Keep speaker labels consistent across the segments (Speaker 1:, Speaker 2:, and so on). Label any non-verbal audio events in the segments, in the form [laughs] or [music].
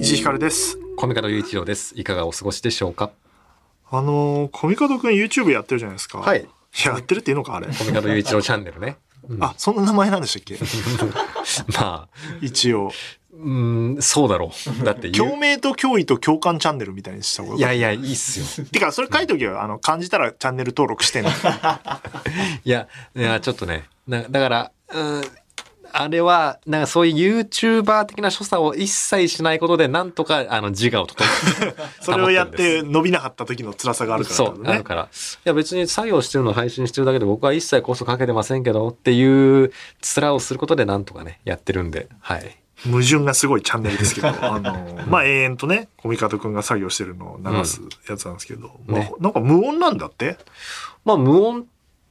Speaker 1: 石井ひかるです。
Speaker 2: コミカド雄一郎です。いかがお過ごしでしょうか
Speaker 1: あのー、コミカドくん YouTube やってるじゃないですか。
Speaker 2: はい。
Speaker 1: やってるっていうのか、あれ。
Speaker 2: コミカド雄一郎チャンネルね。
Speaker 1: [laughs]
Speaker 2: うん
Speaker 1: あ、そんな名前なんでしたっ [laughs] け
Speaker 2: まあ、
Speaker 1: 一応。
Speaker 2: うーん、そうだろう。だって言
Speaker 1: 共
Speaker 2: う。
Speaker 1: 鳴と脅威と共感チャンネルみたいにした方が
Speaker 2: いやいや、いいっすよ。
Speaker 1: てか、それ書いときは、あの、感じたらチャンネル登録してね。
Speaker 2: いや、いやちょっとね。なだから、うーん、あれは、なんかそういう YouTuber 的な所作を一切しないことで、なんとか、あの、自我を整
Speaker 1: [laughs] [laughs] それをやっ
Speaker 2: 保っ
Speaker 1: て
Speaker 2: て
Speaker 1: 伸びなかった時の辛さがあ
Speaker 2: え
Speaker 1: る
Speaker 2: る。
Speaker 1: か
Speaker 2: そう、あ
Speaker 1: ら
Speaker 2: る
Speaker 1: ね。
Speaker 2: から。いや、別に作業してるの配信してるだけで、僕は一切コストかけてませんけど、っていう、面をすることで、なんとかね、やってるんで、はい。
Speaker 1: 矛盾がすごいチャンネルですけ [laughs] ど、あの、まあ、永遠とね、コミカドくんが作業してるのを流すやつなんですけど、まあ
Speaker 2: ね
Speaker 1: なんか無音なんだって
Speaker 2: まあ、無音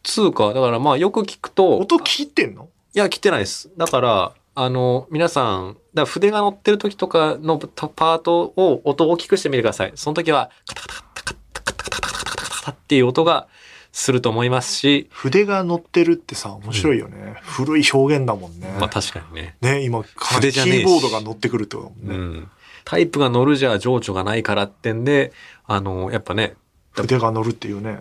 Speaker 2: 通貨、だからまあ、よく聞くと、
Speaker 1: 音聞いてんの
Speaker 2: いや、切ってないです。だから、あの、皆さん、だから筆が乗ってる時とかのパパートを音を大きくしてみてください。その時は、カタカタカタカタカタカタカタカタカタカタっていう音がすると思いますし、
Speaker 1: 筆が乗ってるってさ、面白いよね。古い表現だもんね。
Speaker 2: まあ確かにね。
Speaker 1: ね、今、かなり
Speaker 2: 筆
Speaker 1: キ
Speaker 2: じゃねえし
Speaker 1: ーボードが乗ってくるってことだもん
Speaker 2: う
Speaker 1: ね。
Speaker 2: ん。タイプが乗るじゃ情緒がないからってんで、あの、やっぱね、
Speaker 1: 筆が乗るっていうね。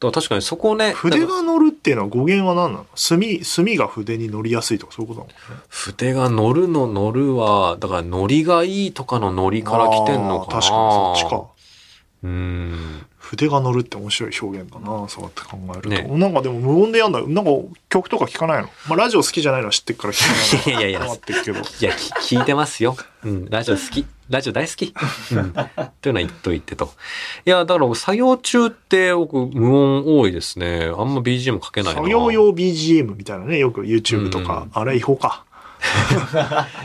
Speaker 2: だから確かにそこをね、
Speaker 1: 筆
Speaker 2: なんか
Speaker 1: が乗るっていうのは語源は何なの墨、墨が筆に乗りやすいとかそういうことなの
Speaker 2: 筆が乗るの乗るは、だからノリがいいとかのノリから来てんの
Speaker 1: あー確
Speaker 2: かな
Speaker 1: かにそっちか。。
Speaker 2: うん。
Speaker 1: 筆が乗るって面白い表現だなそうやって考えると、
Speaker 2: ね
Speaker 1: なんかでも無音でやんだなんか曲とか聞かないのまあラジオ好きじゃないのは知ってっから聞かない
Speaker 2: いやいやいや
Speaker 1: なってるけど
Speaker 2: いや、き聞いてますよ。うん、ラジオ好き。ラジオ大好き。うん。というのは言っといてと。いや、だから僕作業中って僕無音多いですね。あんま BGM かけないな。
Speaker 1: 作業用 BGM みたいなねよく YouTube とか、あれ違法か、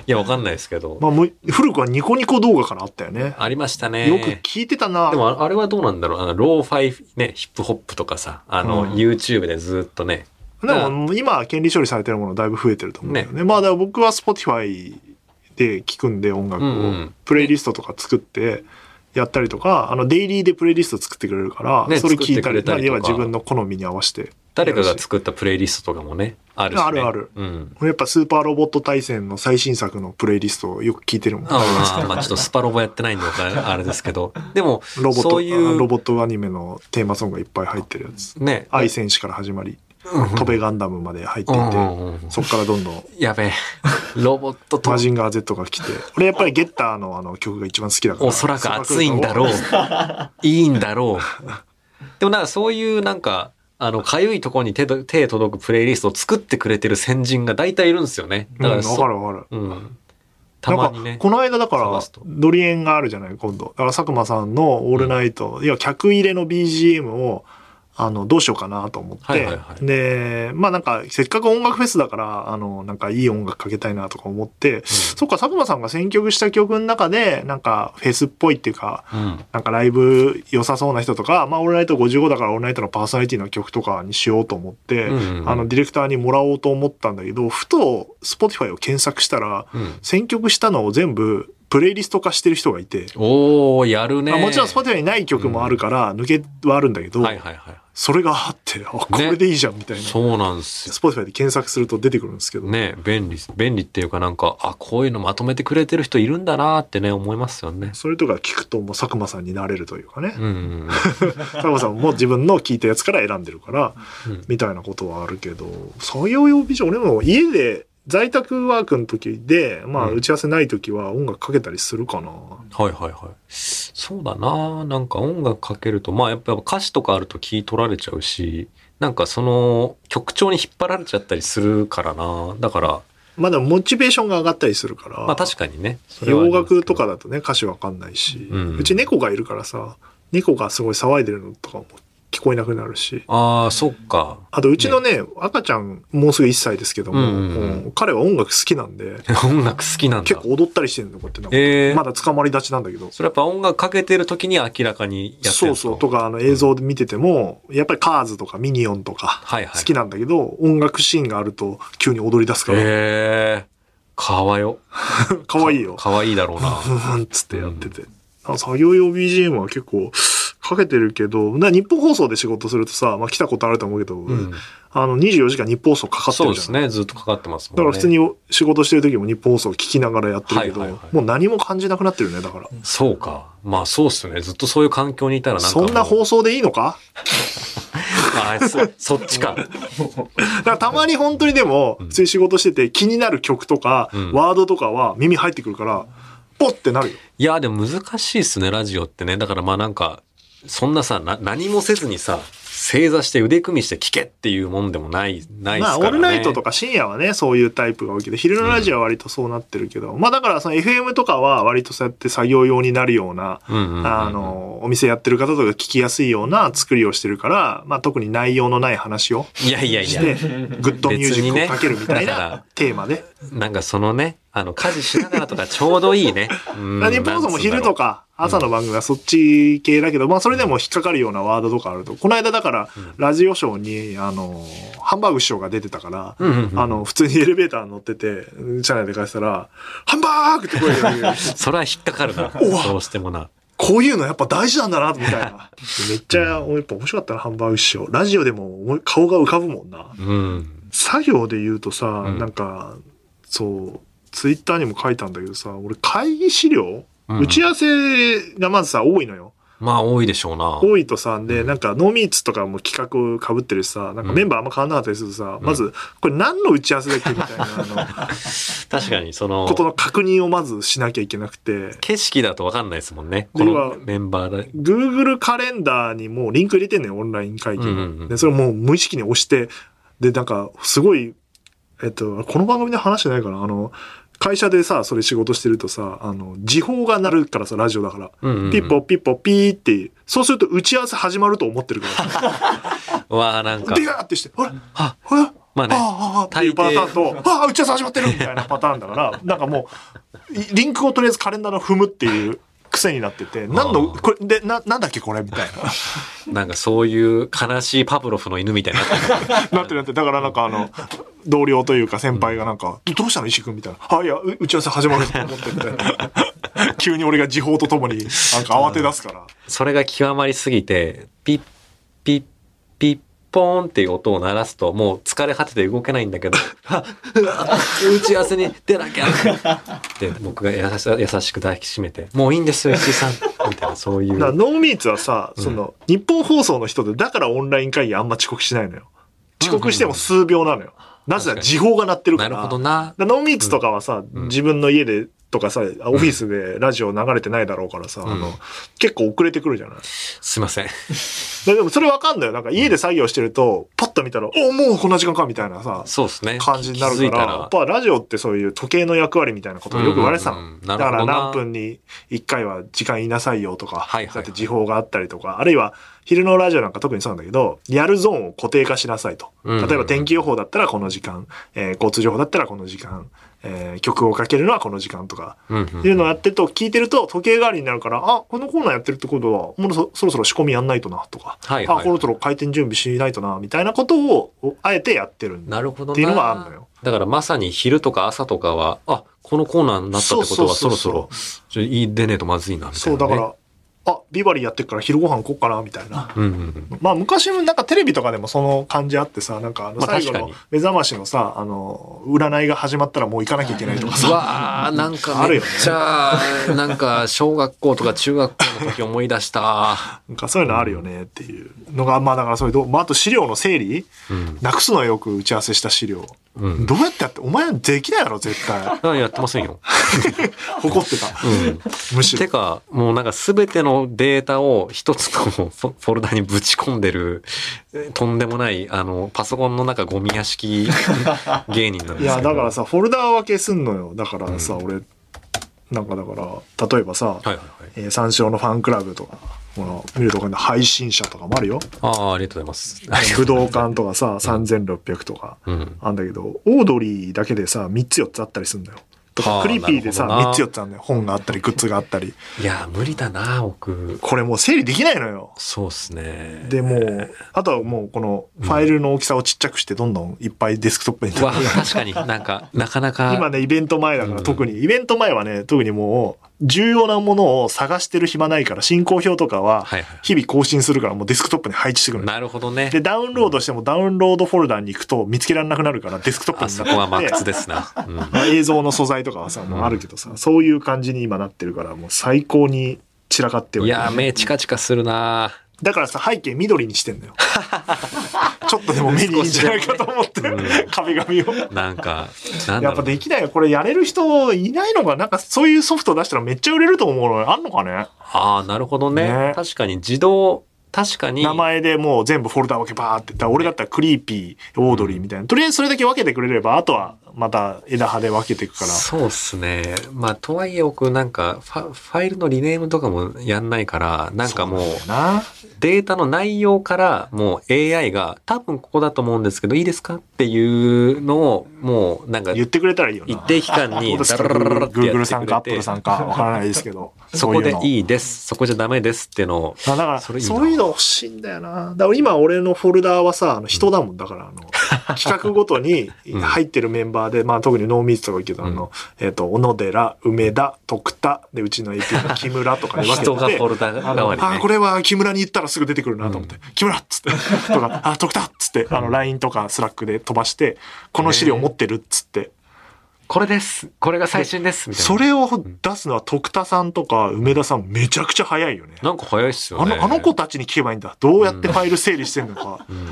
Speaker 2: いや、わかんないですけど。
Speaker 1: まあ、もう古くはニコニコ動画からあったよね、
Speaker 2: ありましたね。
Speaker 1: よく聞いてたな
Speaker 2: でもああれはどうなんだろう。あの、ローファイ、ね、ヒップホップとかさ、あの、
Speaker 1: うん
Speaker 2: YouTube でずっとね。
Speaker 1: でも今は権利処理されてるものだいぶ増えてると思うんだよねまあだから僕は Spotify で聞くんで音楽を、
Speaker 2: うんうん
Speaker 1: プレイリストとか作ってやったりとかあのデイリーでプレイリスト作ってくれるから、
Speaker 2: ね
Speaker 1: それ聞いたり
Speaker 2: 作ってくれたりとか
Speaker 1: 要は自分の好みに合わせて
Speaker 2: 誰かが作ったプレイリストとかもね、あるし、ね。
Speaker 1: あるある
Speaker 2: うん。
Speaker 1: やっぱスーパーロボット対戦の最新作のプレイリストをよく聞いてるもん
Speaker 2: ああ、まあちょっとスパロボやってないのか、あれですけど。でも、
Speaker 1: ロボッ
Speaker 2: そ
Speaker 1: ト
Speaker 2: ういう
Speaker 1: ロボットアニメのテーマソングがいっぱい入ってるやつ
Speaker 2: ね
Speaker 1: 「愛戦士」から始まり
Speaker 2: うん
Speaker 1: 「飛べガンダム」まで入っていて、
Speaker 2: うんうんうん
Speaker 1: そっからどんどん
Speaker 2: やべえ。ロボットと
Speaker 1: マジンガー Z が来て俺やっぱりゲッターのあの曲が一番好きだから
Speaker 2: おそらく熱いんだろう
Speaker 1: う。
Speaker 2: いいんだろう。でもなんかそういうなんか、あの、かゆいところに手ど手届くプレイリストを作ってくれてる先人が大体いるんですよね。
Speaker 1: うん、
Speaker 2: だから
Speaker 1: わ
Speaker 2: そ
Speaker 1: かるわかる。
Speaker 2: うん。たまに
Speaker 1: なん
Speaker 2: ね
Speaker 1: か、。この間だか
Speaker 2: 探
Speaker 1: ら
Speaker 2: すと、
Speaker 1: ドリエンがあるじゃない、今度。だから佐久間さんのオールナイト、いや、客入れの BGM を、あの、どうしようかなと思って、
Speaker 2: はいはいはい
Speaker 1: で、まあなんか、せっかく音楽フェスだから、あの、なんかいい音楽かけたいなとか思って、そっか、佐久間さんが選曲した曲の中で、なんか、フェスっぽいっていうか、
Speaker 2: うん。
Speaker 1: なんかライブ良さそうな人とか、まあ、オールナイト55だからオールナイトのパーソナリティの曲とかにしようと思って、
Speaker 2: うんうん
Speaker 1: あの、ディレクターにもらおうと思ったんだけど、ふと Spotify を検索したら、
Speaker 2: うん。
Speaker 1: 選曲したのを全部プレイリスト化してる人がいて、
Speaker 2: おー、やるね。
Speaker 1: あもちろん Spotify にない曲もあるから抜けはあるんだけど、
Speaker 2: はいはいはい。
Speaker 1: それがあって、あ、これでいいじゃんみたいな。
Speaker 2: そうなんですよ。
Speaker 1: Spotify で検索すると出てくるんですけど、
Speaker 2: ね便利、便利っていうかなんか、あ、こういうのまとめてくれてる人いるんだなってね、思いますよね。
Speaker 1: それとか聞くともう佐久間さんになれるというかね、
Speaker 2: うんうんうん。
Speaker 1: 佐久間さんも自分の聞いたやつから選んでるから、 [laughs]
Speaker 2: うん
Speaker 1: みたいなことはあるけど、作業用ビジョン、俺も家で在宅ワークの時で、まあ
Speaker 2: うん
Speaker 1: 打ち合わせない時は音楽かけたりするかな。
Speaker 2: はいはいはい。そうだななんか音楽かけると、まあやっぱ歌詞とかあると聞い取られちゃうし、なんかその曲調に引っ張られちゃったりするからなだから、
Speaker 1: まあでもモチベーションが上がったりするから、
Speaker 2: まあ確かにね。それはあ
Speaker 1: 洋
Speaker 2: りますけど
Speaker 1: 楽とか。だとね歌詞わかんないし、う
Speaker 2: うん
Speaker 1: ち猫がいるからさ猫がすごい騒いでるのとかも聞こえなくなるし
Speaker 2: ああ、そっか。 [laughs]
Speaker 1: あとうちのね赤ちゃんもうすぐ1歳ですけども,、
Speaker 2: うんうんうん
Speaker 1: もう彼は音楽好きなんで
Speaker 2: 音楽好きなんだ。
Speaker 1: 結構踊ったりしてるのこうやってなんか、
Speaker 2: ええ
Speaker 1: まだ捕まり立ちなんだけど。
Speaker 2: それやっぱ音楽かけてる時に明らかにやって
Speaker 1: そ
Speaker 2: る
Speaker 1: うそうとかあの映像で見てても、やっぱりカーズとかミニオンとか
Speaker 2: はいはい。
Speaker 1: 好きなんだけど、音楽シーンがあると急に踊り出すから、
Speaker 2: ええかわよ。
Speaker 1: かわいいよ
Speaker 2: かわいいだろうな。
Speaker 1: [laughs] ふんふんっつってやってて、なんか作業用 BGM は結構かけてるけど、な日本放送で仕事するとさ、まあ来たことあると思うけど、
Speaker 2: うん。
Speaker 1: あの24時間日本放送かかって
Speaker 2: そ
Speaker 1: る
Speaker 2: う
Speaker 1: じ
Speaker 2: で
Speaker 1: ゃん。
Speaker 2: すね。ずっとかかってますもん
Speaker 1: だ
Speaker 2: ね。
Speaker 1: から普通に仕事してる時も日本放送聞きながらやってるけど、
Speaker 2: はいはいはい
Speaker 1: もう何も感じなくなってるね、だから。
Speaker 2: そうか。まあそうっすね。ずっとそういう環境にいたらなんかも。
Speaker 1: そうんな放送でいいのか
Speaker 2: あそ、 [laughs] そっちか。
Speaker 1: だからたまに本当にでも、
Speaker 2: うん
Speaker 1: 普通に仕事してて気になる曲とか、
Speaker 2: うん
Speaker 1: ワードとかは耳入ってくるから、ポッてなるよ。
Speaker 2: いや、でも難しいっすね、ラジオってね。だからまあなんか、そんなさ、な何もせずにさ、正座して腕組みして聞けっていうもんでもない、ないっす
Speaker 1: まあ、
Speaker 2: からね。
Speaker 1: オールナイトとか深夜はね、そういうタイプが多いけど、昼のラジオは割とそうなってるけど、まあだからその FM とかは割とそうやって作業用になるような、
Speaker 2: うんうんうんうん、
Speaker 1: あの、お店やってる方とか聞きやすいような作りをしてるから、まあ特に内容のない話を
Speaker 2: いやいやい
Speaker 1: し
Speaker 2: や、
Speaker 1: て、グッドミュージックをかけるみたい
Speaker 2: 別にねだから
Speaker 1: なテーマで。
Speaker 2: なんかそのね、あの、家事しながらとか [laughs] ちょうどいいね。うん
Speaker 1: 何日放送も昼と。か朝の番組はそっち系だけど、まあそれでも引っかかるようなワードとかあると。この間だから、ラジオショーに、あの、ハンバーグ師匠が出てたから、
Speaker 2: なんつうんだろううんうんうん
Speaker 1: あの、普通にエレベーターに乗ってて、車内で返したら、ハンバーグって声が出てきて
Speaker 2: それは引っかかるな。
Speaker 1: うわ
Speaker 2: どうしてもな。
Speaker 1: こういうのやっぱ大事なんだな、みたいな。めっちゃ、やっぱ面白かったな、ハンバーグ師匠。ラジオでも思い顔が浮かぶもんな。
Speaker 2: うん。
Speaker 1: 作業で言うとさ、
Speaker 2: ん
Speaker 1: なんか、そう、ツイッターにも書いたんだけどさ、俺会議資料、
Speaker 2: うん
Speaker 1: 打ち合わせがまずさ、多いのよ。
Speaker 2: まあ多いでしょうな。
Speaker 1: 多いとさ、で、なんか、ノーミーツとかも企画被ってるしさ、なんかメンバーあんま変わんなかったりするとさ、まず、これ何の打ち合わせだっけみたいな、
Speaker 2: [laughs]
Speaker 1: あ
Speaker 2: 確かに、その
Speaker 1: の、ことの確認をまずしなきゃいけなくて、
Speaker 2: 景色だとわかんないですもんね。こ
Speaker 1: で
Speaker 2: の
Speaker 1: 今
Speaker 2: メンバーで。
Speaker 1: Google カレンダーにもうリンク入れてんねん、オンライン会議の。
Speaker 2: うんうんうん
Speaker 1: で、それもう無意識に押して、で、なんか、すごい、えっと、この番組で話してないかな、あの、会社でさ、それ仕事してるとさ、あの、時報が鳴るからさ、ラジオだから。
Speaker 2: うんうんうん
Speaker 1: ピッポピッポピーって、そうすると打ち合わせ始まると思ってるから。
Speaker 2: わあ、なんか
Speaker 1: ビ。ガーってして、あれ
Speaker 2: あ
Speaker 1: あれ
Speaker 2: まあね
Speaker 1: ああああっていうパターンと、ああ、打ち合わせ始まってるみたいなパターンだから、なんかもう、いリンクをとりあえずカレンダーの踏むっていう癖になってて、何の、
Speaker 2: [laughs] あー
Speaker 1: これ、で、な、なんだっけこれみたい
Speaker 2: [laughs]
Speaker 1: な。
Speaker 2: なんかそういう悲しいパブロフの犬みたいになってる。
Speaker 1: なってるなってる、だからなんかあの、同僚というか先輩がなんか、どどうしたの石井君みたいな。あ、いや、う打ち合わせ始まると思ってみた
Speaker 2: [laughs]
Speaker 1: いな。急に俺が時報とともに、なんか慌て出すから。
Speaker 2: それが極まりすぎて、ピッ、ピッ、ピッ、ポーンっていう音を鳴らすと、もう疲れ果てて動けないんだけど、あうわ打ち合わせに出なきゃって、僕が優し優しく抱きしめて、もういいんですよ、石井さん。みたいな、そういう。
Speaker 1: だからノーミーツはさ、その、日本放送の人で、だからオンライン会議あんま遅刻しないのよ。遅刻しても数秒なのよ。なぜなら時報が鳴ってるか
Speaker 2: な
Speaker 1: ら。
Speaker 2: るほどな。
Speaker 1: だからノーミーツとかはさ、
Speaker 2: うん
Speaker 1: 自分の家でとかさ、オフィスでラジオ流れてないだろうからさ、あ
Speaker 2: うん
Speaker 1: の、結構遅れてくるじゃない。
Speaker 2: すいません。
Speaker 1: ででもそれわかんないよ。なんか家で作業してると、パッと見たら、おもうこんな時間かみたいなさ、
Speaker 2: そうですね。
Speaker 1: 感じになる
Speaker 2: 気づ
Speaker 1: か
Speaker 2: いた
Speaker 1: ら、やっぱラジオってそういう時計の役割みたいなことをよく言われてたの。
Speaker 2: うんうんうんな
Speaker 1: だ
Speaker 2: る
Speaker 1: か
Speaker 2: ほどな
Speaker 1: ら何分に1回は時間言いなさいよとか、
Speaker 2: はいはいはい
Speaker 1: だって時報があったりとか、あるいは昼のラジオなんか特にそうなんだけど、やるゾーンを固定化しなさいと。
Speaker 2: うんうん
Speaker 1: 例えば天気予報だったらこの時間、えー交通情報だったらこの時間、えー曲をかけるのはこの時間とか、
Speaker 2: うん
Speaker 1: っ
Speaker 2: う
Speaker 1: て
Speaker 2: ん
Speaker 1: いうのをやってると聞いてると時計代わりになるから、あ、このコーナーやってるってことは、もうそそろそろ仕込みやんないとなとか、
Speaker 2: はいはいはい
Speaker 1: あ、ころそろ回転準備しないとな、みたいなことを、おあえてやってるんだ
Speaker 2: なるほどな
Speaker 1: っていうのがあるのよ。
Speaker 2: だからまさに昼とか朝とかは、あ、このコーナーになったってことはそ
Speaker 1: そうそう
Speaker 2: ろそ
Speaker 1: そう
Speaker 2: ろ、ちょいい出ねえとまずいな、みた
Speaker 1: そ、
Speaker 2: いうな、
Speaker 1: だ
Speaker 2: ね。
Speaker 1: から、あ、ビバリーやってるから昼ご飯行こっかな、みたいな。
Speaker 2: うんうんうん。
Speaker 1: まあ昔もなんかテレビとかでもその感じあってさ、なんかあの
Speaker 2: まあ
Speaker 1: 最後
Speaker 2: 確
Speaker 1: の
Speaker 2: かに
Speaker 1: 目覚ましのさ、あの、占いが始まったらもう行かなきゃいけないとか
Speaker 2: う
Speaker 1: さ、
Speaker 2: わあなんか
Speaker 1: ある
Speaker 2: めっ
Speaker 1: よね
Speaker 2: ちゃ、なんか小学校とか中学校の時思い出した。
Speaker 1: [laughs] なんかそういうのあるよねっていうのが、まあだからそういうど、まああと資料の整理
Speaker 2: うん。
Speaker 1: なくすのよよく打ち合わせした資料。
Speaker 2: うん。
Speaker 1: どうやってやって、お前できないやろ、絶
Speaker 2: [laughs]
Speaker 1: 対。
Speaker 2: あやってませんよ。
Speaker 1: 怒ってた。
Speaker 2: うん。
Speaker 1: むしろ
Speaker 2: て。か、もうなんかすべてのデータを一つのフォフォルダにぶち込んでる、えとんでもない、あの、パソコンの中ゴミ屋敷芸人なんです
Speaker 1: [laughs]
Speaker 2: けど。
Speaker 1: いや、だからさ、フォルダー分けすんのよ。だからさ、
Speaker 2: うん
Speaker 1: 俺、なんかだから、例えばさ、
Speaker 2: はいはいはい。
Speaker 1: えー三四郎のファンクラブとか、ほら、見るとこに配信者とかもある
Speaker 2: [laughs]
Speaker 1: よ。
Speaker 2: ああ、ありがとうございます。
Speaker 1: 武道館とかさ、3600とか、
Speaker 2: うん。
Speaker 1: あんだけど、オードリーだけでさ、3つ4つあったりすんだよ。と
Speaker 2: は
Speaker 1: か、
Speaker 2: あ
Speaker 1: クリピーでさ、
Speaker 2: なるほどな
Speaker 1: 3つ4つあんだよ。本があったり、グッズがあったり。
Speaker 2: いや、無理だな、僕。
Speaker 1: これもう整理できないのよ。
Speaker 2: そうっすね。
Speaker 1: で、もう、あとはもう、この、ファイルの大きさをちっちゃくして、どんどんいっぱいデスクトップに
Speaker 2: わ、確かになんか、なかなか。
Speaker 1: 今ね、イベント前だか
Speaker 2: う
Speaker 1: ら
Speaker 2: ん
Speaker 1: 特に、イベント前はね、特にもう、重要なものを探してる暇ないから、進行表とかは
Speaker 2: はいはい、
Speaker 1: 日々更新するから、もうデスクトップに配置してくるの。
Speaker 2: なるほどね。
Speaker 1: で、ダウンロードしてもダウンロードフォルダに行くと見つけられなくなるから、デスクトップ
Speaker 2: あ
Speaker 1: に
Speaker 2: そ
Speaker 1: な
Speaker 2: こはマ
Speaker 1: っ
Speaker 2: ッ
Speaker 1: て
Speaker 2: クスですな。うん
Speaker 1: まあ映像の素材とかはさ、もうあるけどさ、そういう感じに今なってるから、もう最高に散らかってはいいる
Speaker 2: やー、目チカチカするな
Speaker 1: だからさ、背景緑にしてんだ
Speaker 2: [laughs]
Speaker 1: よ。ちょっとでも目にいいんじゃないかと思って、壁紙を。
Speaker 2: ーなんか、なんだ
Speaker 1: やっ
Speaker 2: ろ
Speaker 1: ぱ
Speaker 2: う。
Speaker 1: できないよ。これやれる人いないのが、なんかそういうソフト出したらめっちゃ売れると思うのよあんのかね
Speaker 2: ああ、なるほどね
Speaker 1: ね
Speaker 2: 確かに自動、確かに。
Speaker 1: 名前でもう全部フォルダ分けバーってったら俺だったらクリーピー、オードリーみたいな。とりあえずそれだけ分けてくれれば、あとはまた枝葉で分けていくから。
Speaker 2: [laughs] そうっすね。まあ、とはいえ、僕なんかファ、ファイルのリネームとかもやんないから、なんかもう、
Speaker 1: な。
Speaker 2: データの内容から、もう AI が、多分ここだと思うんですけど、いいですかっていうのを、もう、なんか、
Speaker 1: 言ってくれたらいいよな。
Speaker 2: 一定期間に、
Speaker 1: Google
Speaker 2: ダララララってやってくれて
Speaker 1: さんか Apple さんか分からないですけ
Speaker 2: [laughs]
Speaker 1: ど。
Speaker 2: そこ
Speaker 1: ういう
Speaker 2: で
Speaker 1: の
Speaker 2: いいです。そこじゃダメですっていうのを、
Speaker 1: あだから、
Speaker 2: そ
Speaker 1: そ
Speaker 2: れいいな
Speaker 1: ういうの欲しいんだよな。だから今俺のフォルダーはさ、あの人だもん。だから、あの、
Speaker 2: [laughs]
Speaker 1: 企画ごとに
Speaker 2: うん
Speaker 1: 入ってるメンバーで、まあ特にノーミーツとか言うけど、あの、えっ、と、小野寺、梅田、徳田、で、うちの AP の木村とかで分けてて。
Speaker 2: [laughs] 人がフォルダ
Speaker 1: あの
Speaker 2: 側に、ね。
Speaker 1: あ、これは木村に行ったらすぐ出てくるなと思って、木村っ
Speaker 2: [laughs]
Speaker 1: つって、とか、あ、徳田っつって、あの、LINE とかスラックで飛ばして、この資料持ってるっつって、
Speaker 2: これです。これが最新です。みたいな。
Speaker 1: それを出すのは徳田さんとか梅田さんめちゃくちゃ早いよね。
Speaker 2: なんか早いっすよ
Speaker 1: あ
Speaker 2: ね。
Speaker 1: の、あの子たちに聞けばいいんだ。どうやってファイル整理してんの
Speaker 2: [laughs]
Speaker 1: か。
Speaker 2: うん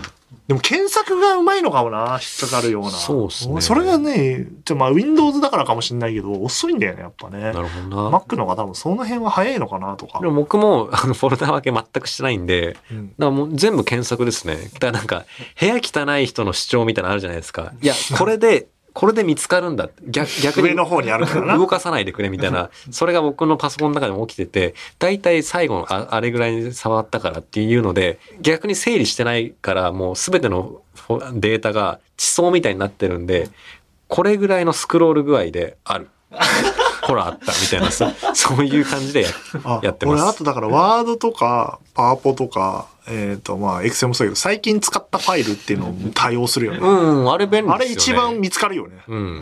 Speaker 1: でも検索がうまいのかもな、引っかかるような。
Speaker 2: そうっすね
Speaker 1: それがね、ちょまあ Windows だからかもしれないけど、遅いんだよね、やっぱね
Speaker 2: な。るほどな。
Speaker 1: Mac の方が多分その辺は早いのかなとか
Speaker 2: で。も僕も、あの、フォルダ分け全くしてないんで、
Speaker 1: うん
Speaker 2: だからもう全部検索ですね。だからなんか、部屋汚い人の主張みたいなのあるじゃないですか。いや、これで、これで見つかるんだ。逆、逆
Speaker 1: 上
Speaker 2: に
Speaker 1: の方にある
Speaker 2: [laughs]
Speaker 1: からな
Speaker 2: 動。かさないでくれみたいな。それが僕のパソコンの中でも起きてて、だいたい最後のああれぐらいに触ったからっていうので、逆に整理してないから、もうすべてのフォデータが地層みたいになってるんで、これぐらいのスクロール具合である。ほら、あった、みたい
Speaker 1: [laughs]
Speaker 2: なさ、そういう感じでや
Speaker 1: あ
Speaker 2: やってます
Speaker 1: 俺、あとだから、ワードとか、パワポとか、えっ、と、まあ、エクセルもそうだけど、最近使ったファイルっていうのを対応するよ
Speaker 2: う
Speaker 1: ね。
Speaker 2: ん、あれ便利ですよね。
Speaker 1: あれ一番見つかるよね。
Speaker 2: うん。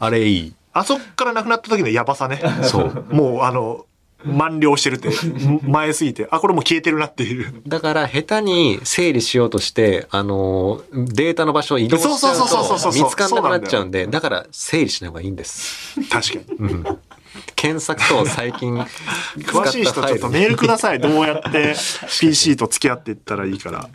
Speaker 2: あれいい。
Speaker 1: あそこからなくなった時のやばさね。
Speaker 2: そう。
Speaker 1: もうあの、満了してるって、前すぎて、あ、これもう消えてるなっていう。
Speaker 2: だから、下手に整理しようとして、あのー、データの場所を移動しちゃ
Speaker 1: そうそうそうそう
Speaker 2: う
Speaker 1: そう
Speaker 2: と、
Speaker 1: そう
Speaker 2: 見つかんなくなっちゃうんで、だから、整理しない方がいいんです。
Speaker 1: 確かに。
Speaker 2: うん。検索と最近使っ
Speaker 1: 詳しい
Speaker 2: た
Speaker 1: 人
Speaker 2: フ
Speaker 1: ちょっと
Speaker 2: ァイル
Speaker 1: メールください。どうやって PC と付き合っていったらいいから。
Speaker 2: はい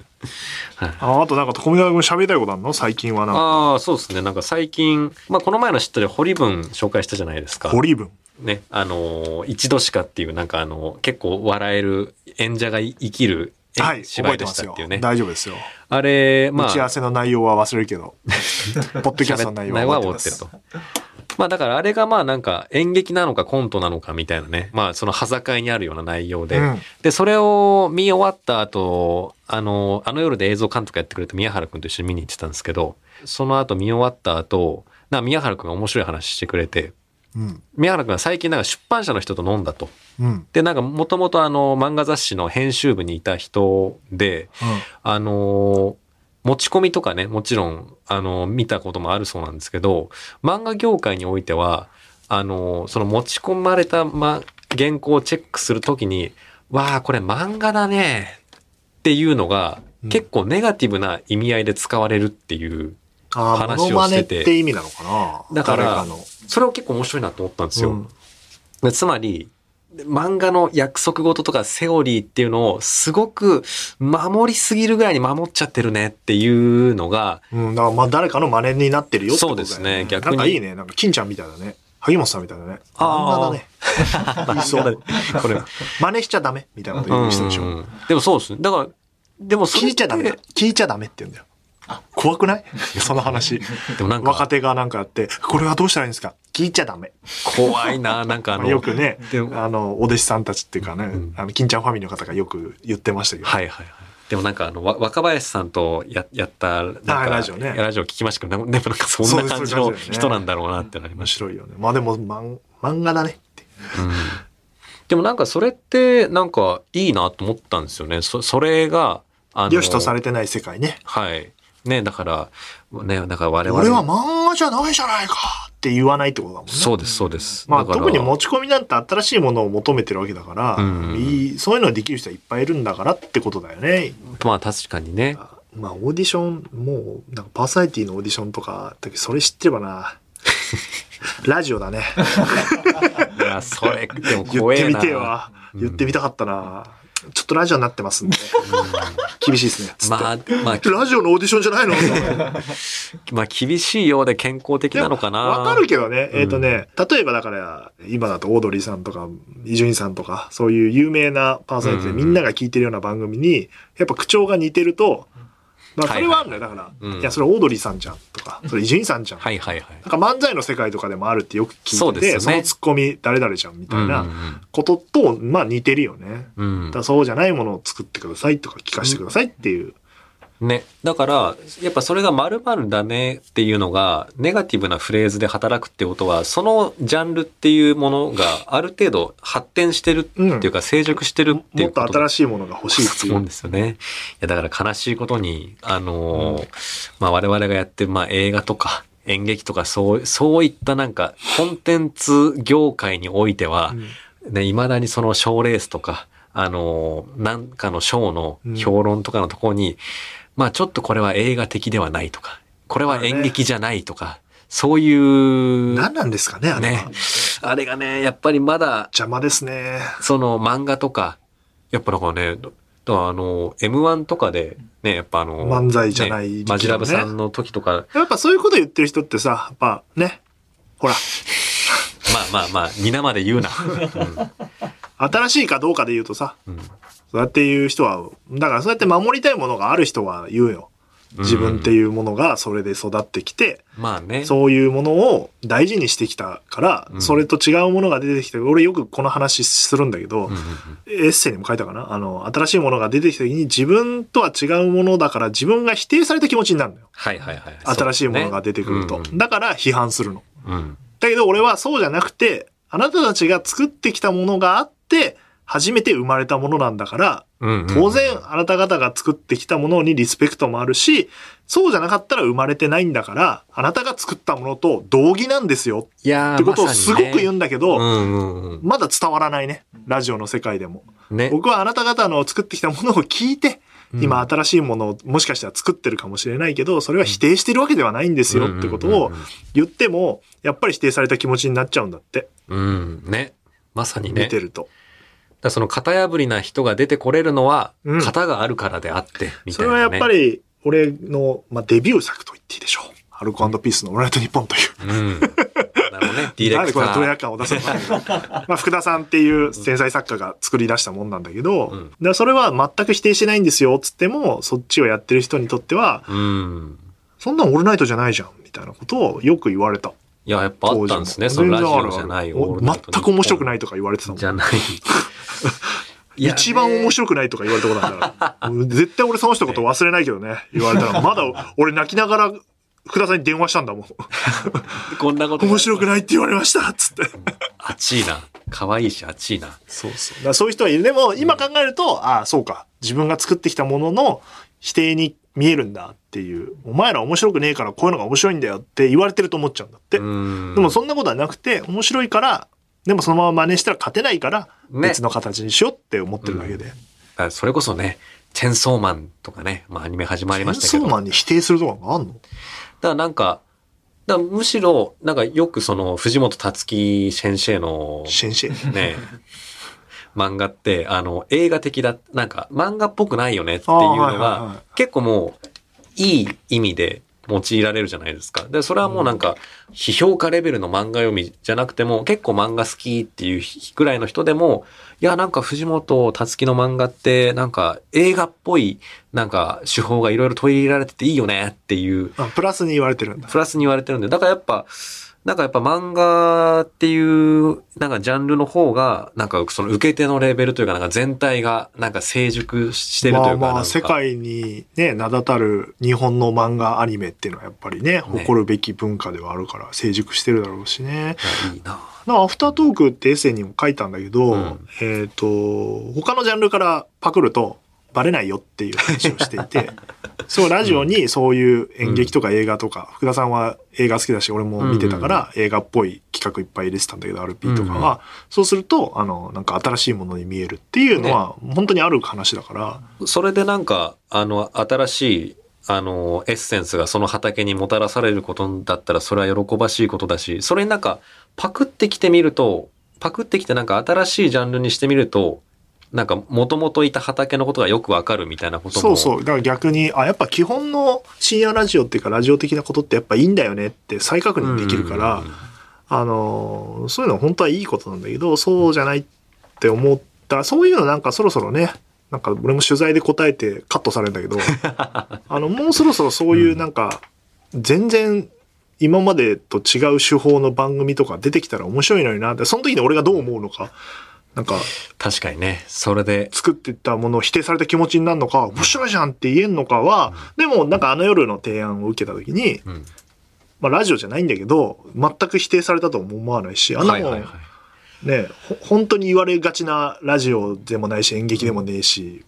Speaker 1: ああとなんか、小宮君喋りたいことあるの最近はなんか。
Speaker 2: ああ、そうですね。なんか最近、まあ、この前の知ったで堀文紹介したじゃないですか
Speaker 1: ホ。リー分。
Speaker 2: ね。あのー、一度しかっていう、なんかあのー、結構笑える演者が生きるえ
Speaker 1: はい、覚
Speaker 2: 芝
Speaker 1: えて
Speaker 2: 居で
Speaker 1: ま
Speaker 2: し
Speaker 1: す
Speaker 2: たっ
Speaker 1: よ
Speaker 2: ていう。ね。
Speaker 1: 大丈夫ですよ。
Speaker 2: あれ、ま
Speaker 1: 打
Speaker 2: あ、
Speaker 1: ち合わせの内容は忘れるけ
Speaker 2: [laughs]
Speaker 1: ど、ポッドキャストの内容は
Speaker 2: は
Speaker 1: 覚
Speaker 2: 追
Speaker 1: え
Speaker 2: ってて
Speaker 1: ま
Speaker 2: る
Speaker 1: す
Speaker 2: と。まあだからあれがまあなんか演劇なのかコントなのかみたいなね。まあその端境にあるような内容で。
Speaker 1: うん
Speaker 2: で、それを見終わった後、あの、あの夜で映像監督やってくれた宮原くんと一緒に見に行ってたんですけど、その後見終わった後、な宮原くんが面白い話してくれて、
Speaker 1: うん。
Speaker 2: 宮原くんは最近なんか出版社の人と飲んだと。
Speaker 1: うん。うん。
Speaker 2: で、なんかもともとあの漫画雑誌の編集部にいた人で、あのー持ち込みとかね、もちろん、あのー見たこともあるそうなんですけど、漫画業界においては、あのーその持ち込まれた、ま、原稿をチェックするときに、わあ、これ漫画だね、っていうのが、
Speaker 1: うん
Speaker 2: 結構ネガティブな意味合いで使われるっていう、
Speaker 1: ああ、モノ
Speaker 2: 話を
Speaker 1: マ
Speaker 2: し
Speaker 1: ネって
Speaker 2: て
Speaker 1: て意味なのかな
Speaker 2: だから
Speaker 1: 誰かの。
Speaker 2: それを結構面白いなと思ったんですよ。
Speaker 1: うん
Speaker 2: でつまり、で漫画の約束事とかセオリーっていうのをすごく守りすぎるぐらいに守っちゃってるねっていうのが、
Speaker 1: うん、だからまあ誰かの真似になってるよってことだよ、ね、
Speaker 2: そうですね逆に
Speaker 1: なんかいいね。なんか金ちゃんみたいだね。萩本さんみたいだね。
Speaker 2: あー
Speaker 1: 漫画だね。
Speaker 2: [laughs]
Speaker 1: 言いそう。
Speaker 2: これ、
Speaker 1: 真似しちゃダメみたいなこと言う人でしょ。
Speaker 2: うんうんうんでもそうですね。だから、でもそ
Speaker 1: 聞
Speaker 2: れっ
Speaker 1: い
Speaker 2: て
Speaker 1: ちゃダメだ。聞いちゃダメって言うんだよ。怖くない [laughs] その話。
Speaker 2: でもなん
Speaker 1: 若
Speaker 2: か、
Speaker 1: 手がなんかやって、これはどうしたらいいんですか聞いちゃダメ。
Speaker 2: 怖いな、なんかあ
Speaker 1: ま
Speaker 2: の、
Speaker 1: あ、よくね
Speaker 2: で、も
Speaker 1: あの、お弟子さんたちっていうかね、
Speaker 2: ん
Speaker 1: あの、金ちゃんファミリーの方がよく言ってましたけど。
Speaker 2: はいはいはい。でもなんかあの、わ若林さんとややった、なん
Speaker 1: あ
Speaker 2: か、
Speaker 1: ラジオね
Speaker 2: ラジオ聞きましたけど、なんでもなんかそんな感じ
Speaker 1: そう
Speaker 2: の
Speaker 1: ですそうです
Speaker 2: 人なんだろうなってなりま
Speaker 1: 面
Speaker 2: し
Speaker 1: 白いよね。まあでも、まん漫画だねって。
Speaker 2: た。うんでもなんかそれって、なんかいいなと思ったんですよね。そそれが、あ
Speaker 1: 良しとさ
Speaker 2: れ
Speaker 1: れてない世界ね。
Speaker 2: はい。ね、だから、ね、だから我々。
Speaker 1: 俺は漫画じゃないじゃないかっって言わないってことだもんね。
Speaker 2: そうです、そうです。
Speaker 1: まあ、
Speaker 2: だから
Speaker 1: 特に持ち込みなんて新しいものを求めてるわけだから、
Speaker 2: うん
Speaker 1: いいそういうのができる人はいっぱいいるんだからってことだよね。
Speaker 2: まあ確かにね。
Speaker 1: まあ、オーディション、もう、なんかパーソナリティのオーディションとか、だけどそれ知ってれば
Speaker 2: [laughs]
Speaker 1: な。ラジオだね。
Speaker 2: いや、それ、で
Speaker 1: [laughs]
Speaker 2: も
Speaker 1: 言っ
Speaker 2: 怖
Speaker 1: て
Speaker 2: え
Speaker 1: み
Speaker 2: な。
Speaker 1: てえわ。言ってみたかったな。ちょっとラジオになってますんで。厳しいですね。つって
Speaker 2: [laughs] まあ、まあ、
Speaker 1: ラジオのオーディションじゃないの
Speaker 2: まあ厳しいようで健康的なのかな。
Speaker 1: わかるけどね。
Speaker 2: うん
Speaker 1: えっ、とね、例えばだから、今だとオードリーさんとか、伊集院さんとか、そういう有名なパーソナリティで
Speaker 2: うん
Speaker 1: みんなが聞いてるような番組に、やっぱ口調が似てると、まあそれはあるんだよ。だから、
Speaker 2: うん
Speaker 1: いや、それオードリーさんじゃんとか、それ伊集院さんじゃん。
Speaker 2: はいはいはい。
Speaker 1: なんか漫才の世界とかでもあるってよく聞
Speaker 2: そう
Speaker 1: いて
Speaker 2: で
Speaker 1: て、
Speaker 2: す
Speaker 1: そ,、
Speaker 2: よね
Speaker 1: のツッコミ誰々じゃんみたい
Speaker 2: うんう
Speaker 1: なんことと、まあ似てるよね。
Speaker 2: うん、
Speaker 1: だからそうじゃないものを作ってくださいとか聞かせてくださいっていう。
Speaker 2: ね。だから、やっぱそれが〇〇だねっていうのが、ネガティブなフレーズで働くってことは、そのジャンルっていうものがある程度発展してるっていうか、成熟してるってい
Speaker 1: も
Speaker 2: う
Speaker 1: っ
Speaker 2: ことと。
Speaker 1: 新しいものが欲しいってい
Speaker 2: そう
Speaker 1: う。
Speaker 2: ですよね。いや、だから悲しいことに、あのーまあ、我々がやってる、まあ、映画とか演劇とか、そう、そういったなんか、コンテンツ業界においては、
Speaker 1: うん
Speaker 2: ね、未だにその賞レースとか、あのーなんかの賞の評論とかのところに、まあちょっとこれは映画的ではないとか、これは演劇じゃないとか、そういう、
Speaker 1: 何なんですかね、あれは。
Speaker 2: ね、あれがね、やっぱりまだ、
Speaker 1: 邪魔ですね。
Speaker 2: その漫画とか、やっぱなんかね、だだからあの、M1 とかで、ね、やっぱあの、
Speaker 1: 漫才じゃない時期のね
Speaker 2: ねマジラブさんの時とか、
Speaker 1: やっぱそういうこと言ってる人ってさ、やっぱね、ほら、
Speaker 2: まあまあまあ、皆まで
Speaker 1: [laughs]
Speaker 2: 言うな。
Speaker 1: 新しいかどうかで言うとさ、
Speaker 2: うん
Speaker 1: そうやって言う人は、だからそうやって守りたいものがある人は言うよ。自分って
Speaker 2: うん
Speaker 1: いうものがそれで育ってきて、
Speaker 2: まあね。
Speaker 1: そういうものを大事にしてきたから、
Speaker 2: うん
Speaker 1: それと違うものが出てきて、俺よくこの話するんだけど、
Speaker 2: うんうんうん
Speaker 1: エッセイにも書いたかなあの、新しいものが出てきた時に自分とは違うものだから自分が否定された気持ちになるのよ。
Speaker 2: はいはいはい。
Speaker 1: 新しいものが出てくると。
Speaker 2: そうですね
Speaker 1: だから批判するの。
Speaker 2: うんうん
Speaker 1: だけど俺はそうじゃなくて、あなたたちが作ってきたものがあって、初めて生まれたものなんだから、
Speaker 2: うんうん
Speaker 1: 当然あなた方が作ってきたものにリスペクトもあるし、そうじゃなかったら生まれてないんだから、あなたが作ったものと同義なんですよ
Speaker 2: いやー
Speaker 1: ってことをすごく言う
Speaker 2: ま
Speaker 1: んだけ
Speaker 2: さに
Speaker 1: ど、
Speaker 2: ねうんうん
Speaker 1: まだ伝わらないね。ラジオの世界でも。
Speaker 2: うんね
Speaker 1: 僕はあなた方の作ってきたものを聞いて、
Speaker 2: うん
Speaker 1: 今新しいものをもしかしたら作ってるかもしれないけど、それは否定してるわけではないんですよってことを言っても、やっぱり否定された気持ちになっちゃうんだって。
Speaker 2: うんうんうんうんねまさにね
Speaker 1: 見てると。
Speaker 2: だからその型破りな人が出てこれるのは
Speaker 1: うん
Speaker 2: 型があるからであってみ
Speaker 1: そ
Speaker 2: たい
Speaker 1: れ
Speaker 2: な、
Speaker 1: は
Speaker 2: ね、
Speaker 1: やっぱり、俺の、まあ、デビュー作と言っていいでしょう。アルコピースのオールナイトニッポンという。
Speaker 2: うんなるほどねディレ
Speaker 1: なん
Speaker 2: ク
Speaker 1: で
Speaker 2: タ
Speaker 1: これドヤ
Speaker 2: ー
Speaker 1: 感を出せたの
Speaker 2: [laughs]
Speaker 1: かまあ、福田さんっていう天才作家が作り出したもんなんだけど、
Speaker 2: うん
Speaker 1: だからそれは全く否定してないんですよ、つっても、そっちをやってる人にとっては、
Speaker 2: うん
Speaker 1: そんなんオールナイトじゃないじゃん、みたいなことをよく言われた。
Speaker 2: いややっぱあったんですねそのラジオじゃないオールナイトニッポ
Speaker 1: 全
Speaker 2: ン
Speaker 1: く面白くないとか言われてたもん
Speaker 2: じ。ゃないいやね
Speaker 1: 一番面白くないとか言われたことあるから。もう絶対俺その人のこと忘れないけど [laughs] ね。言われたら。まだ俺泣きながら福田さんに電話したんだもん。
Speaker 2: こんなこと
Speaker 1: 面白く
Speaker 2: い
Speaker 1: ないって言われましたっつって。
Speaker 2: 熱いな可愛いし熱いな
Speaker 1: そうそう。だからそういう人はいる。でも今考えると、ああ、そうか。自分が作ってきたものの否定に見えるんだっていう。お前ら面白くねえからこういうのが面白いんだよって言われてると思っちゃうんだって。
Speaker 2: うん
Speaker 1: でもそんなことはなくて、面白いから、でもそのまま真似したら勝てないから、
Speaker 2: ね
Speaker 1: 別の形にしようって思ってるだけで。
Speaker 2: だからそれこそね、チェンソーマンとかね、まあアニメ始まりましたけ
Speaker 1: チェン
Speaker 2: ど。
Speaker 1: ソー
Speaker 2: だ
Speaker 1: マ
Speaker 2: か
Speaker 1: ンに否定するとかがあんの
Speaker 2: らなんか、だからむしろ、なんかよくその藤本達樹先生の
Speaker 1: 先生。
Speaker 2: ね、漫画って、あの、映画的だ、なんか漫画っぽくないよねっていう
Speaker 1: あー
Speaker 2: の
Speaker 1: はいはいは
Speaker 2: が、結構もう、いい意味で用いられるじゃないですか。で、それはもうなんか、批評家レベルの漫画読みじゃなくても、結構漫画好きっていうくらいの人でも、いや、なんか藤本達樹の漫画って、なんか映画っぽい、なんか手法がいろいろ取り入れられてていいよねっていう
Speaker 1: あ、プラスに言われてるんだ。
Speaker 2: プラスに言われてるんで、だからやっぱ、なんかやっぱ漫画っていう、なんかジャンルの方が、なんかその受け手のレベルというか、なんか全体が、なんか成熟してるという
Speaker 1: まあま
Speaker 2: かなん
Speaker 1: あ、
Speaker 2: か
Speaker 1: 世界にね、名だたる日本の漫画アニメっていうのはやっぱりね、誇るべき文化ではあるから成熟してるだろうしね。
Speaker 2: いいな。
Speaker 1: なんかアフタートークってエッセイにも書いたんだけど、
Speaker 2: うん
Speaker 1: えっ、
Speaker 2: [laughs]
Speaker 1: と、他のジャンルからパクるとバレないよっていう話をしていて、そう、ラジオにそういう演劇とか映画とか、福田さんは映画好きだし、俺も見てたから、映画っぽい企画いっぱい入れてたんだけど、RP とか
Speaker 2: うんうん
Speaker 1: は、そうすると、あの、なんか新しいものに見えるっていうのは、本当にある話だから、
Speaker 2: それでなんか、あの、新しい、あの、エッセンスがその畑にもたらされることだったら、それは喜ばしいことだし、それになんか、パクってきてみると、パクってきてなんか新しいジャンルにしてみると、なんか、もともといた畑のことがよくわかるみたいなことも。
Speaker 1: そうそう。だから逆に、あ、やっぱ基本の深夜ラジオっていうか、ラジオ的なことってやっぱいいんだよねって再確認できるから、
Speaker 2: うん
Speaker 1: あのーそういうのは本当はいいことなんだけど、そうじゃないって思った、そういうのなんかそろそろね、なんか俺も取材で答えてカットされるんだけど、あの、もうそろそろそういうなんか、全然今までと違う手法の番組とか出てきたら面白いのになって、その時に俺がどう思うのか、なんか
Speaker 2: 確かにね、それで、
Speaker 1: 作ってったものを否定された気持ちになるのか、面白いじゃんって言えんのかは、でもなんかあの夜の提案を受けた時に、
Speaker 2: うん
Speaker 1: まあラジオじゃないんだけど、全く否定されたとも思わないし、あんなもん
Speaker 2: い。
Speaker 1: ねほ本当に言われがちなラジオでもないし演劇でもねえし、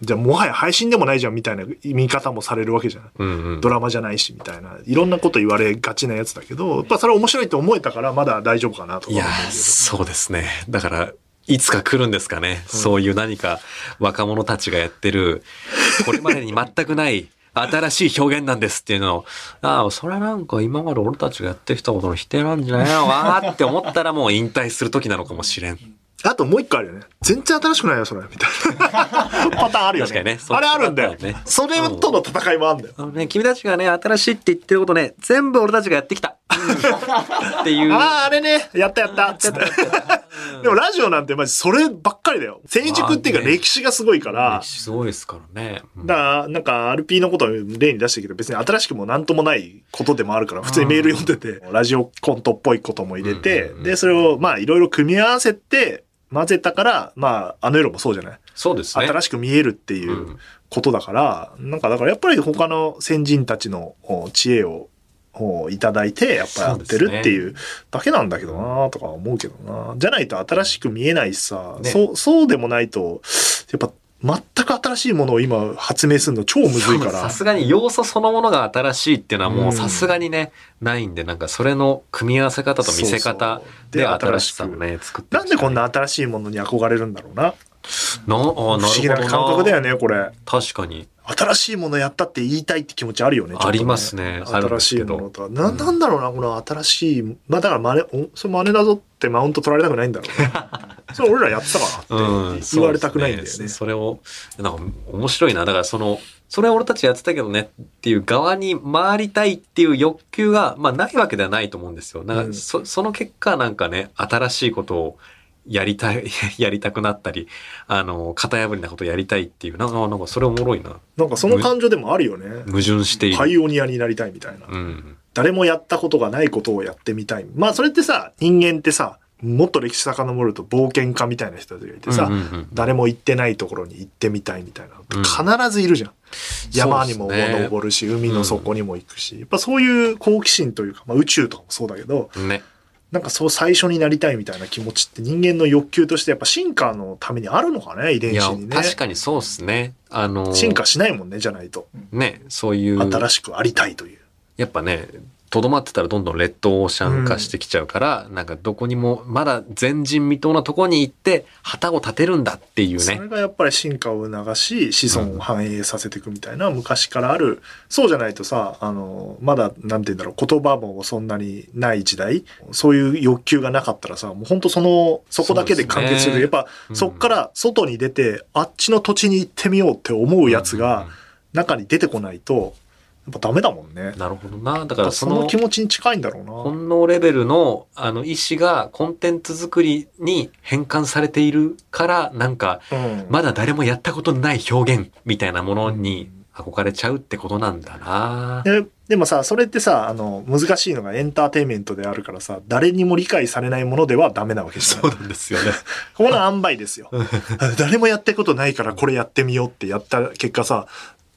Speaker 1: じゃあもはや配信でもないじゃんみたいな見方もされるわけじゃない、
Speaker 2: うんうん
Speaker 1: ド。ラマじゃないしみたいないろんなこと言われがちなやつだけどやっぱそれ面白いと思えたからまだ大丈夫かなとか
Speaker 2: い
Speaker 1: 思
Speaker 2: や
Speaker 1: うんだけ
Speaker 2: ー、そうですね。だから、いつか来るんですかね。そういう何か若者たちがやってる、これまでに全くない新しい表現なんですっていうのを、ああ、それはなんか今まで俺たちがやってきたことの否定なんじゃないのわーって思ったらもう引退する時なのかもしれん。
Speaker 1: どあともう一個あるよね全然新しくないよそれみた
Speaker 2: [laughs]
Speaker 1: いなパターンあるよね
Speaker 2: 確かにねそっ
Speaker 1: あ
Speaker 2: ち
Speaker 1: れあるんだよ、
Speaker 2: パターンね
Speaker 1: それとの戦いもあるんだよ、
Speaker 2: あのね、君たちがね、新しいって言ってることね、全部俺たちがやってきた。っていう。
Speaker 1: あああれねやったやったつって [laughs] でもラジオなんてマジそればっかりだよ成熟っていうか
Speaker 2: まあね
Speaker 1: 歴史がすごいから、
Speaker 2: すごいですからね。うん
Speaker 1: だから、なんか RP のことを例に出してるけど、別に新しくも何ともないことでもあるから、普通にメール読んでて、ラジオコントっぽいことも入れて、
Speaker 2: うんうんうん
Speaker 1: で、それをまあいろいろ組み合わせて、混ぜたから、まあ、あの夜もそうじゃない、
Speaker 2: そうですね。
Speaker 1: 新しく見えるっていううんことだから、なんかだからやっぱり他の先人たちのお知恵を、おいただいて、やっぱやってるっていうだけなんだけどなとか思うけどなじゃないと新しく見えないしさ、
Speaker 2: ね
Speaker 1: そう、そうでもないと、やっぱ全く新しいものを今発明するの超むずいか
Speaker 2: そ
Speaker 1: ら
Speaker 2: うさ。すがに要素そのものが新しいっていうのはも
Speaker 1: ん
Speaker 2: ううさすがにね、ないんで、なんかそれの組み合わせ方と見せ方
Speaker 1: そうそう
Speaker 2: で新しさを
Speaker 1: く
Speaker 2: ね、作って
Speaker 1: なんでこん
Speaker 2: な、
Speaker 1: な新しいものに憧れるんだろうな。
Speaker 2: なあー
Speaker 1: 不思議な感覚だよね、これ。
Speaker 2: 確かに。
Speaker 1: 新しいものやったって言いたいって気持ちあるよね。ちょっとね
Speaker 2: ありますねあるんで
Speaker 1: 新
Speaker 2: す
Speaker 1: しい
Speaker 2: けど
Speaker 1: ものとは。な、なんだろうな、この新しい。まあだから真似、おそれ真似だぞってマウント取られたくないんだろうね。
Speaker 2: [laughs]
Speaker 1: それ俺らやってたから
Speaker 2: う
Speaker 1: っ
Speaker 2: ん。
Speaker 1: て言われたくないんだよね。
Speaker 2: そうですそれを、なんか面白いな。だからその、それは俺たちやってたけどねっていう側に回りたいっていう欲求が、まあないわけではないと思うんですよ。なん
Speaker 1: うん
Speaker 2: かそ、その結果なんかね、新しいことをやりたい、 [laughs] やりたくなったり、あの、型破りなことをやりたいっていう、なんか、なんかそれおもろいな。
Speaker 1: なんかその感情でもあるよね。
Speaker 2: 矛盾している。
Speaker 1: パイオニアになりたいみたいな。
Speaker 2: うん。
Speaker 1: 誰もやったことがないことをやってみたい。まあそれってさ、人間ってさ、もっと歴史遡ると冒険家みたいな人たちがいてさ、
Speaker 2: うんうんうん
Speaker 1: 誰も行ってないところに行ってみたいみたいなの
Speaker 2: うん
Speaker 1: って必ずいるじゃん。山にも
Speaker 2: そうですね
Speaker 1: 登るし、海の底にも行くし、やっぱそういう好奇心というか、まあ、宇宙とかもそうだけど、
Speaker 2: ね。
Speaker 1: なんかそう最初になりたいみたいな気持ちって人間の欲求としてやっぱ進化のためにあるのかね、遺
Speaker 2: い
Speaker 1: 伝
Speaker 2: や
Speaker 1: 子に、ね。
Speaker 2: 確かにそうですね。あの、
Speaker 1: 進化しないもんね、じゃないと。
Speaker 2: ね、そういう。
Speaker 1: 新しくありたいという。
Speaker 2: やっぱね、とどまってたらどんどんレッドオーシャン化してきちゃうから、なんかどこにもまだ前人未到なとこに行って旗を立てるんだっていう
Speaker 1: そ
Speaker 2: ね
Speaker 1: れ。がやっぱり進化を促し子孫を繁栄させていくみたいな昔からあるそうじゃないとさあのまだなんて言うんだろう言葉もそんなにない時代そういう欲求がなかったらさもうほんとそのそこだけで完結する
Speaker 2: そ
Speaker 1: や
Speaker 2: うで
Speaker 1: っぱ
Speaker 2: うん
Speaker 1: そっから外に出てあっちの土地に行ってみようって思うやつ
Speaker 2: うん
Speaker 1: が中に出てこないとやっぱダメだもんね。
Speaker 2: なるほどな。だか
Speaker 1: だかららそ
Speaker 2: そ
Speaker 1: の
Speaker 2: の
Speaker 1: 気持ちに近いんだろうな。
Speaker 2: 本能レベルのあの意志がコンテンツ作りに変換されているから、なんか
Speaker 1: うん
Speaker 2: まだ誰もやったことのない表現みたいなものに憧れちゃうってことなんだな。
Speaker 1: ででもさそれってさあの難しいのがエンターテインメントであるからさ誰にも理解されないものではダメなわけじゃん
Speaker 2: [laughs] そうなんですよね。
Speaker 1: ここの塩梅ですよ [laughs] 誰もやったことないからこれやってみようってやった結果さ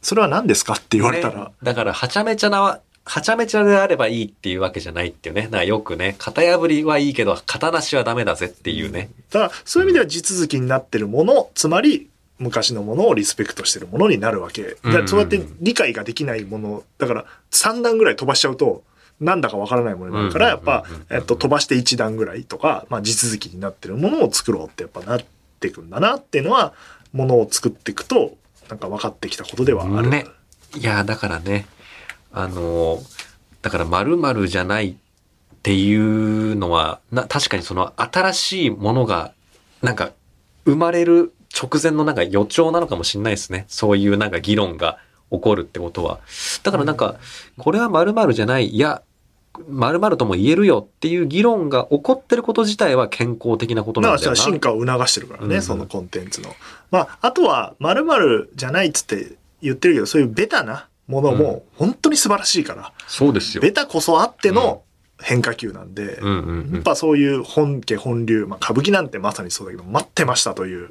Speaker 1: それは何ですかって言われたら、
Speaker 2: ねだから、はちゃめちゃなわ、はちゃめちゃであればいいっていうわけじゃないっていうね。なんかよくね、型破りはいいけど、型なしはダメだぜっていうね。
Speaker 1: ただそういう意味では地続きになってるものつまり昔のものをリスペクトしてるものになるわけ。
Speaker 2: うんうんうん
Speaker 1: でそうやって理解ができないもの、だから3段ぐらい飛ばしちゃうと、なんだかわからないものになるから、
Speaker 2: う
Speaker 1: や
Speaker 2: ん
Speaker 1: っ
Speaker 2: うんうんうん
Speaker 1: ぱ、えっと、飛ばして1段ぐらいとか、まあ、地続きになってるものを作ろうってやっぱなっていくんだなっていうのは、ものを作っていくと、なんか分かってきたことではある。
Speaker 2: ね。いや、だからね、あの、だから〇〇じゃないっていうのは、な、確かにその新しいものが、なんか、生まれる直前のなんか予兆なのかもしれないですね。そういうなんか議論が起こるってことは。だからなんか、これは〇〇じゃない、いや、〇〇とも言えるよっていう議論が起こってること自体は健康的なこと
Speaker 1: だ
Speaker 2: な
Speaker 1: か
Speaker 2: ん
Speaker 1: ら
Speaker 2: だよな。
Speaker 1: 進化を促してるからね、
Speaker 2: うん
Speaker 1: そのコンテンツの。まあ、あとは、〇〇じゃないっつって言ってるけど、そういうベタなもの
Speaker 2: うん
Speaker 1: も本当に素晴らしいから、
Speaker 2: そうですよ。
Speaker 1: ベタこそあっての変化球なんで、
Speaker 2: うんうん
Speaker 1: やっぱそういう本家本流、まあ、歌舞伎なんてまさにそうだけど、待ってましたという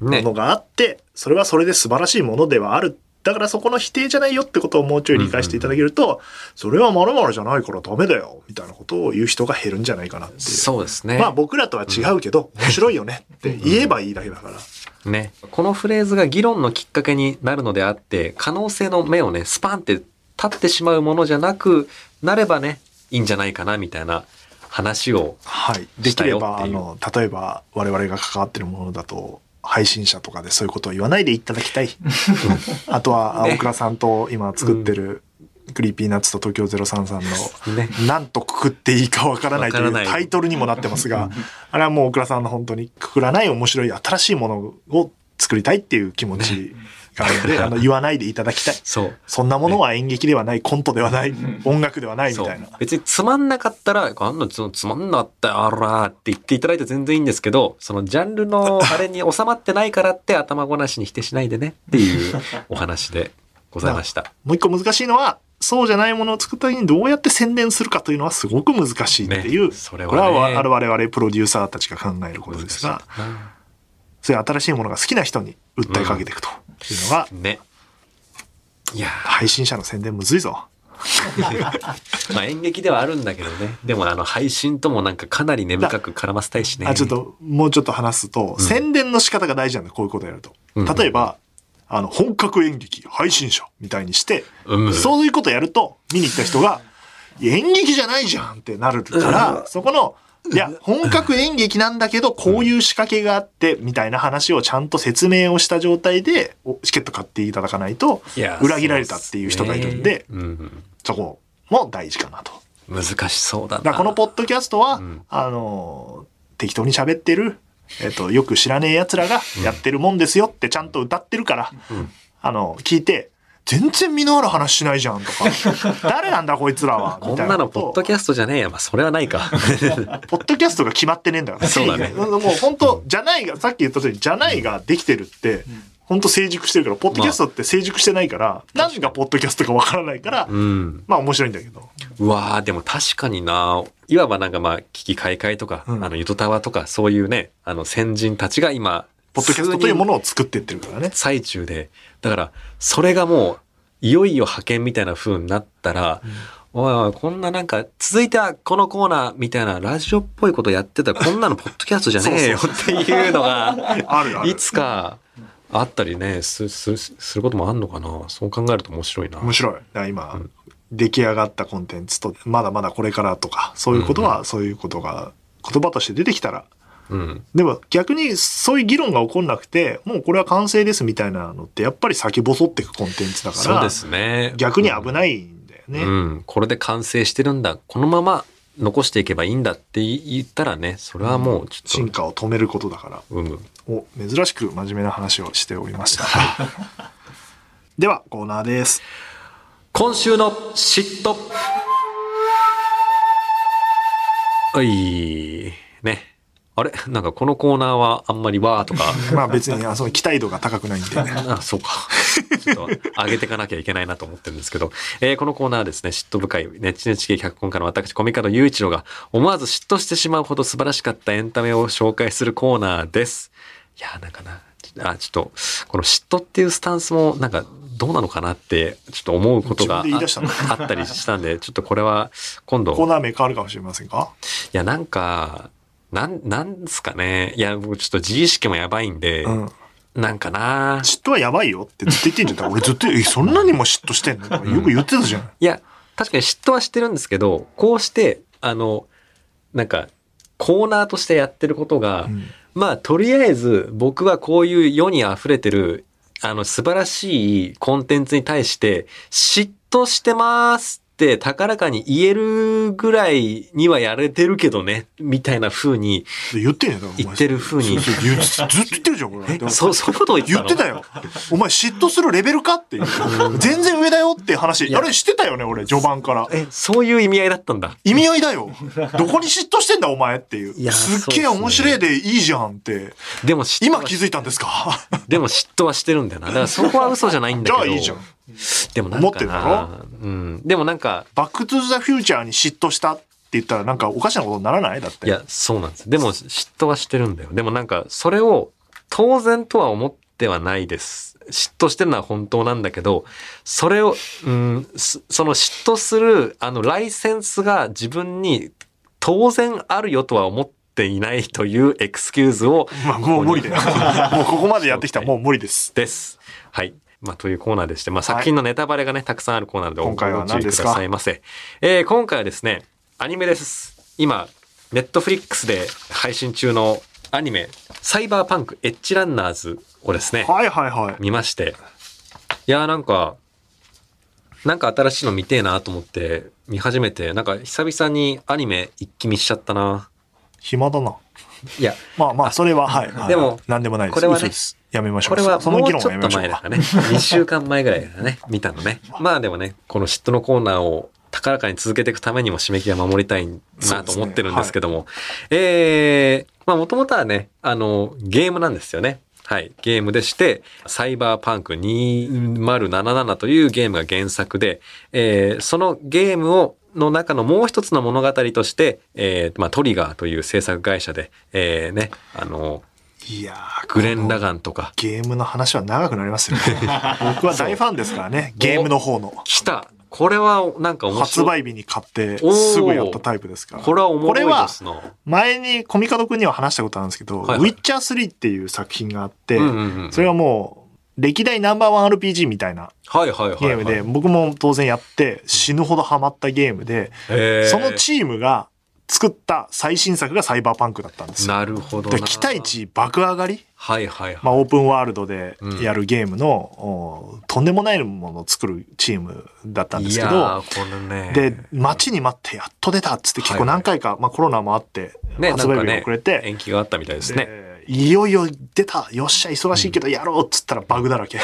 Speaker 2: うん。
Speaker 1: も
Speaker 2: ね。
Speaker 1: のがあって、それはそれで素晴らしいものではある。だからそこの否定じゃないよってことをもうちょい理解していただけると、それは〇〇じゃないからダメだよ、みたいなことを言う人が減るんじゃないかなっていう。
Speaker 2: そうですね。
Speaker 1: まあ僕らとは違うけど、面白いよねって言えばいいだけだから。
Speaker 2: ね、このフレーズが議論のきっかけになるのであって可能性の目をねスパンって立ってしまうものじゃなくなればねいいんじゃないかなみたいな話を
Speaker 1: はい。で
Speaker 2: し
Speaker 1: き
Speaker 2: たよ
Speaker 1: れ
Speaker 2: っていう
Speaker 1: ば、あの、例えば我々が関わってるものだと、配信者とかでそういうことを言わないでいただき
Speaker 2: [laughs]
Speaker 1: たい。あとは、
Speaker 2: ね
Speaker 1: 大倉さんと今作ってる、クリーピーナッツと東京033の、
Speaker 2: ね
Speaker 1: なんとくくっていいかわからないとい
Speaker 2: わ
Speaker 1: う
Speaker 2: からない
Speaker 1: タイトルにもなってます
Speaker 2: [laughs]
Speaker 1: が、あれはもう大倉さんの本当にくくらない面白い新しいものを作りたいっていう気持ちがあるので、あの、言わないでいただきたい。
Speaker 2: そう
Speaker 1: そんなものは演劇ではない、コントではない、音楽ではないみ
Speaker 2: そう
Speaker 1: たいな。
Speaker 2: 別につまんなかったら「あんなつつまんなかったよあら」って言っていただいて全然いいんですけどそのジャン
Speaker 1: [laughs]
Speaker 2: ルのあれに収まってないからって頭ごなしに否定しないでねっ
Speaker 1: [laughs]
Speaker 2: ていうお話でございました。
Speaker 1: もう一個難しいのは、そうじゃないものを作った時にどうやって宣伝するかというのはすごく難しいっていう、
Speaker 2: ねそれは
Speaker 1: こ
Speaker 2: ね
Speaker 1: れはある我々プロデューサーたちが考えることですが、そういう新しいものが好きな人に訴えかけていくというのが、
Speaker 2: ね。いやー
Speaker 1: 配信者の宣伝むずいぞ。
Speaker 2: まあ演劇ではあるんだけどね。でもあの配信ともなんかかなり根深く絡ませたいしね。
Speaker 1: あ、ちょっ。と、もうちょっと話すと、
Speaker 2: ん
Speaker 1: 宣伝の仕方が大事なんだ、こういうことをやると
Speaker 2: うん。
Speaker 1: 例えば、あの、本格演劇、配信者みたいにして、
Speaker 2: うん
Speaker 1: そういうことやると、見に行った人が、いや演劇じゃないじゃんってなるから、そこの、いや、本格演劇なんだけど、こういう仕掛けがあって、みたいな話をちゃんと説明をした状態で、おチケット買っていただかないと
Speaker 2: いや、
Speaker 1: 裏切られたっていう人がいるんで、
Speaker 2: そうっすねうん
Speaker 1: そこも大事かなと。
Speaker 2: うん難しそうだな。
Speaker 1: だからこのポッドキャストは、
Speaker 2: ん
Speaker 1: あのー適当に喋ってる、えっと、よく知らねえ奴らがやってるもんですよってちゃんと歌ってるから、あの聞いて全然身のある話しないじゃんとか
Speaker 2: [laughs]
Speaker 1: 誰なんだこいつらは
Speaker 2: こ
Speaker 1: み
Speaker 2: ん
Speaker 1: たい
Speaker 2: な
Speaker 1: な
Speaker 2: の
Speaker 1: こと
Speaker 2: ポ
Speaker 1: を
Speaker 2: ッドキャストじゃねえや。まあそれはな
Speaker 1: [laughs]
Speaker 2: いか。
Speaker 1: ポッドキャストが決まってねえんだから
Speaker 2: そうだね
Speaker 1: もう本当じゃないがさっき言った通りじゃないができてるって、本当成熟してるからポッドキャストって成熟してないから、何がポッドキャストかわからないから、
Speaker 2: うん。
Speaker 1: まあ面白いんだけど。
Speaker 2: うわーでも確かにな。いわばなんかまあ、危機開会とか、
Speaker 1: うん
Speaker 2: あの、ゆとたわとか、そういうね、あの、先人たちが今、
Speaker 1: ポッドキャストというも
Speaker 2: の
Speaker 1: のを作ってってるからね。
Speaker 2: 最中で、だから、それがもう、いよいよ派遣みたいな風になったら、おいおい、こんななんか、続いてはこのコーナーみたいな、ラジオっぽいことやってたら、こんなのポッドキャストじゃねえよ
Speaker 1: そ
Speaker 2: っていうのが、
Speaker 1: あるある。
Speaker 2: いつか、あったりね、す、す、することもあんのかな。そう考えると面白いな。
Speaker 1: 面白いだから今、出来上がったコンテンツとまだまだこれからとかそういうことは、そういうことが言葉として出てきたら
Speaker 2: うん。
Speaker 1: でも逆にそういう議論が起こんなくてもうこれは完成ですみたいなのってやっぱり先細っていくコンテンツだか
Speaker 2: そう
Speaker 1: ら
Speaker 2: ですね。
Speaker 1: 逆に危ないんだよね。
Speaker 2: うん、これで完成してるんだ。このまま残していけばいいんだって言ったらね、それはもうちょっ
Speaker 1: 進化を止めることだから
Speaker 2: と、うん、
Speaker 1: お珍しく真面目な話をしておりました [laughs] ではコーナーです
Speaker 2: 今週の嫉妬おい、ね。あれなんかこのコーナーはあんまりわーとか、
Speaker 1: まあ別にあその期待度が高くない
Speaker 2: [laughs]
Speaker 1: んで、ね、
Speaker 2: あ、そうか。ちょっと上げていかなきゃいけないなと思ってるんですけど、えーこのコーナーはですね、嫉妬深いネッチネチ系脚本家の私、コミカド雄一郎が思わず嫉妬してしまうほど素晴らしかったエンタメを紹介するコーナーです。いやー、なんかな、ちあ、ちょっと、この嫉妬っていうスタンスも、なんか、どうなのかなって、ちょっと思うことがあ
Speaker 1: 自分で言い出したの
Speaker 2: あったりしたんで、ちょっとこれは、今度、
Speaker 1: コーナー名変わるかもしれませんか
Speaker 2: いや、なんか、なん、なんですかね。いや、僕ちょっと自意識もやばいんで、
Speaker 1: うん
Speaker 2: なんかな
Speaker 1: 嫉妬はやばいよってずっと言ってんじゃん。だから俺ずっと、え、そんなにも嫉妬してんのよく言ってたじゃん。
Speaker 2: いや、確かに嫉妬はしてるんですけど、こうして、あの、なんか、コーナーとしてやってることが、
Speaker 1: うん
Speaker 2: まあ、とりあえず僕はこういう世に溢れてる、あの、素晴らしいコンテンツに対して、嫉妬してますって高らかに言えるぐらいにはやれてるけどね、みたいな風に、
Speaker 1: 言ってんじゃんだから。お前
Speaker 2: 言ってる風に
Speaker 1: そうそう言うずっと言ってるじゃん、これ。
Speaker 2: そう、そういうことを言ってた
Speaker 1: 言
Speaker 2: の
Speaker 1: ってたよ。お前嫉妬するレベルかっていう。全然上だよっていう話。
Speaker 2: や
Speaker 1: あれしてたよね、俺、序盤から。
Speaker 2: え、そういう意味合いだったんだ。
Speaker 1: 意味合いだよ。どこに嫉妬してんだ、お前ってい。
Speaker 2: いうや
Speaker 1: すっげえ
Speaker 2: そうっすね
Speaker 1: 面白いでいいじゃんって。
Speaker 2: でも嫉妬
Speaker 1: 今
Speaker 2: は
Speaker 1: 気、づいたんですか
Speaker 2: でも嫉妬はしてるんだよな。だからそこは嘘じゃない
Speaker 1: [laughs]
Speaker 2: ん
Speaker 1: じ
Speaker 2: だけ
Speaker 1: ゃ
Speaker 2: ど。
Speaker 1: あいいじゃん。
Speaker 2: でもなん
Speaker 1: 思
Speaker 2: かな
Speaker 1: ってんだ
Speaker 2: うん。でもなんか、
Speaker 1: バックトゥザフューチャーに嫉妬したって言ったらなんかおかしなことにならないだって。
Speaker 2: いや、そうなんです。でも嫉妬はしてるんだよ。でもなんか、それを当然とは思ってはないです。嫉妬してるのは本当なんだけど、それを、うん、すその嫉妬する、あの、ライセンスが自分に当然あるよとは思っていないというエクスキューズを、
Speaker 1: [laughs] まあもう無理だよ。もうここまでやってきたらもう無理です。
Speaker 2: です。はい。まあ、というコーナーでして、まあ、
Speaker 1: はい
Speaker 2: 作品のネタバレがね、たくさんあるコーナーでお
Speaker 1: 今回は
Speaker 2: ご注
Speaker 1: 何
Speaker 2: 意く
Speaker 1: で
Speaker 2: だ
Speaker 1: すか
Speaker 2: さいませ。えー今回はですね、アニメです。今、ネットフリックスで配信中のアニメ、サイバーパンクエッジランナーズをですね、
Speaker 1: はいはいはい。
Speaker 2: 見まして、いやーなんか、なんか新しいの見てえなと思って見始めて、なんか久々にアニメ一気見しちゃったな。
Speaker 1: 暇だな。
Speaker 2: いや、
Speaker 1: まあまあ、それは、はい。はい
Speaker 2: でも
Speaker 1: 何でもないです。
Speaker 2: これはね
Speaker 1: 嘘です。やめましょう。
Speaker 2: これは
Speaker 1: そ
Speaker 2: も
Speaker 1: の
Speaker 2: う
Speaker 1: 議
Speaker 2: ちょ
Speaker 1: 論
Speaker 2: っと
Speaker 1: はやめましょうか
Speaker 2: 前だか。らね。2週 [laughs] 間前ぐらいだね。見たのね。まあでもね、この嫉妬のコーナーを高らかに続けていくためにも締め切りは守りたいなと思ってるんですけども。えー、まあもともとはね、あの、ゲームなんですよね。はい。ゲームでして、サイバーパンク2077というゲームが原作で、えーそのゲームを、の中のもう一つの物語として、えーまあ、トリガーという制作会社で、えーね、あの、
Speaker 1: いやー
Speaker 2: グレン・ラ
Speaker 1: この
Speaker 2: ガンとか、
Speaker 1: ゲームの話は長くなりますよね。僕は大ファンですから
Speaker 2: [laughs]
Speaker 1: ね。ゲームの方の。
Speaker 2: 来た。これはなんか面白
Speaker 1: 発
Speaker 2: い。
Speaker 1: 売日に買って、すぐやったタイプですから。
Speaker 2: これは面
Speaker 1: これ
Speaker 2: 白いで
Speaker 1: は
Speaker 2: すな。
Speaker 1: 前にコミカド君には話したことあるんですけど、
Speaker 2: はいはい
Speaker 1: ウィッチャー3っていう作品があって、
Speaker 2: うんうんうん
Speaker 1: それはもう、歴代ナンバーワン RPG みたいな
Speaker 2: はいはいはいはい。
Speaker 1: ゲームで、僕も当然やって死ぬほどハマったゲームで、
Speaker 2: へー
Speaker 1: そのチームが作った最新作がサイバーパンクだったんですよ。
Speaker 2: なるほどな。
Speaker 1: で期待。値爆上がり、
Speaker 2: はいはいはい。
Speaker 1: まあ、オープンワールドでやるゲームの、おとんでもないものを作るチームだったんで
Speaker 2: い
Speaker 1: すけ
Speaker 2: や
Speaker 1: ど
Speaker 2: ー、、これね。
Speaker 1: で、待ちに待ってやっと出たっつって結構何回か、まあコロナもあって、
Speaker 2: ね、な
Speaker 1: 発
Speaker 2: ん
Speaker 1: 売
Speaker 2: か
Speaker 1: 日が
Speaker 2: ね
Speaker 1: 遅れ、て、
Speaker 2: 延期があったみたいです
Speaker 1: で
Speaker 2: ね。
Speaker 1: いよいよ出たよっしゃ忙しいけどやろうっつったらバグだらけ。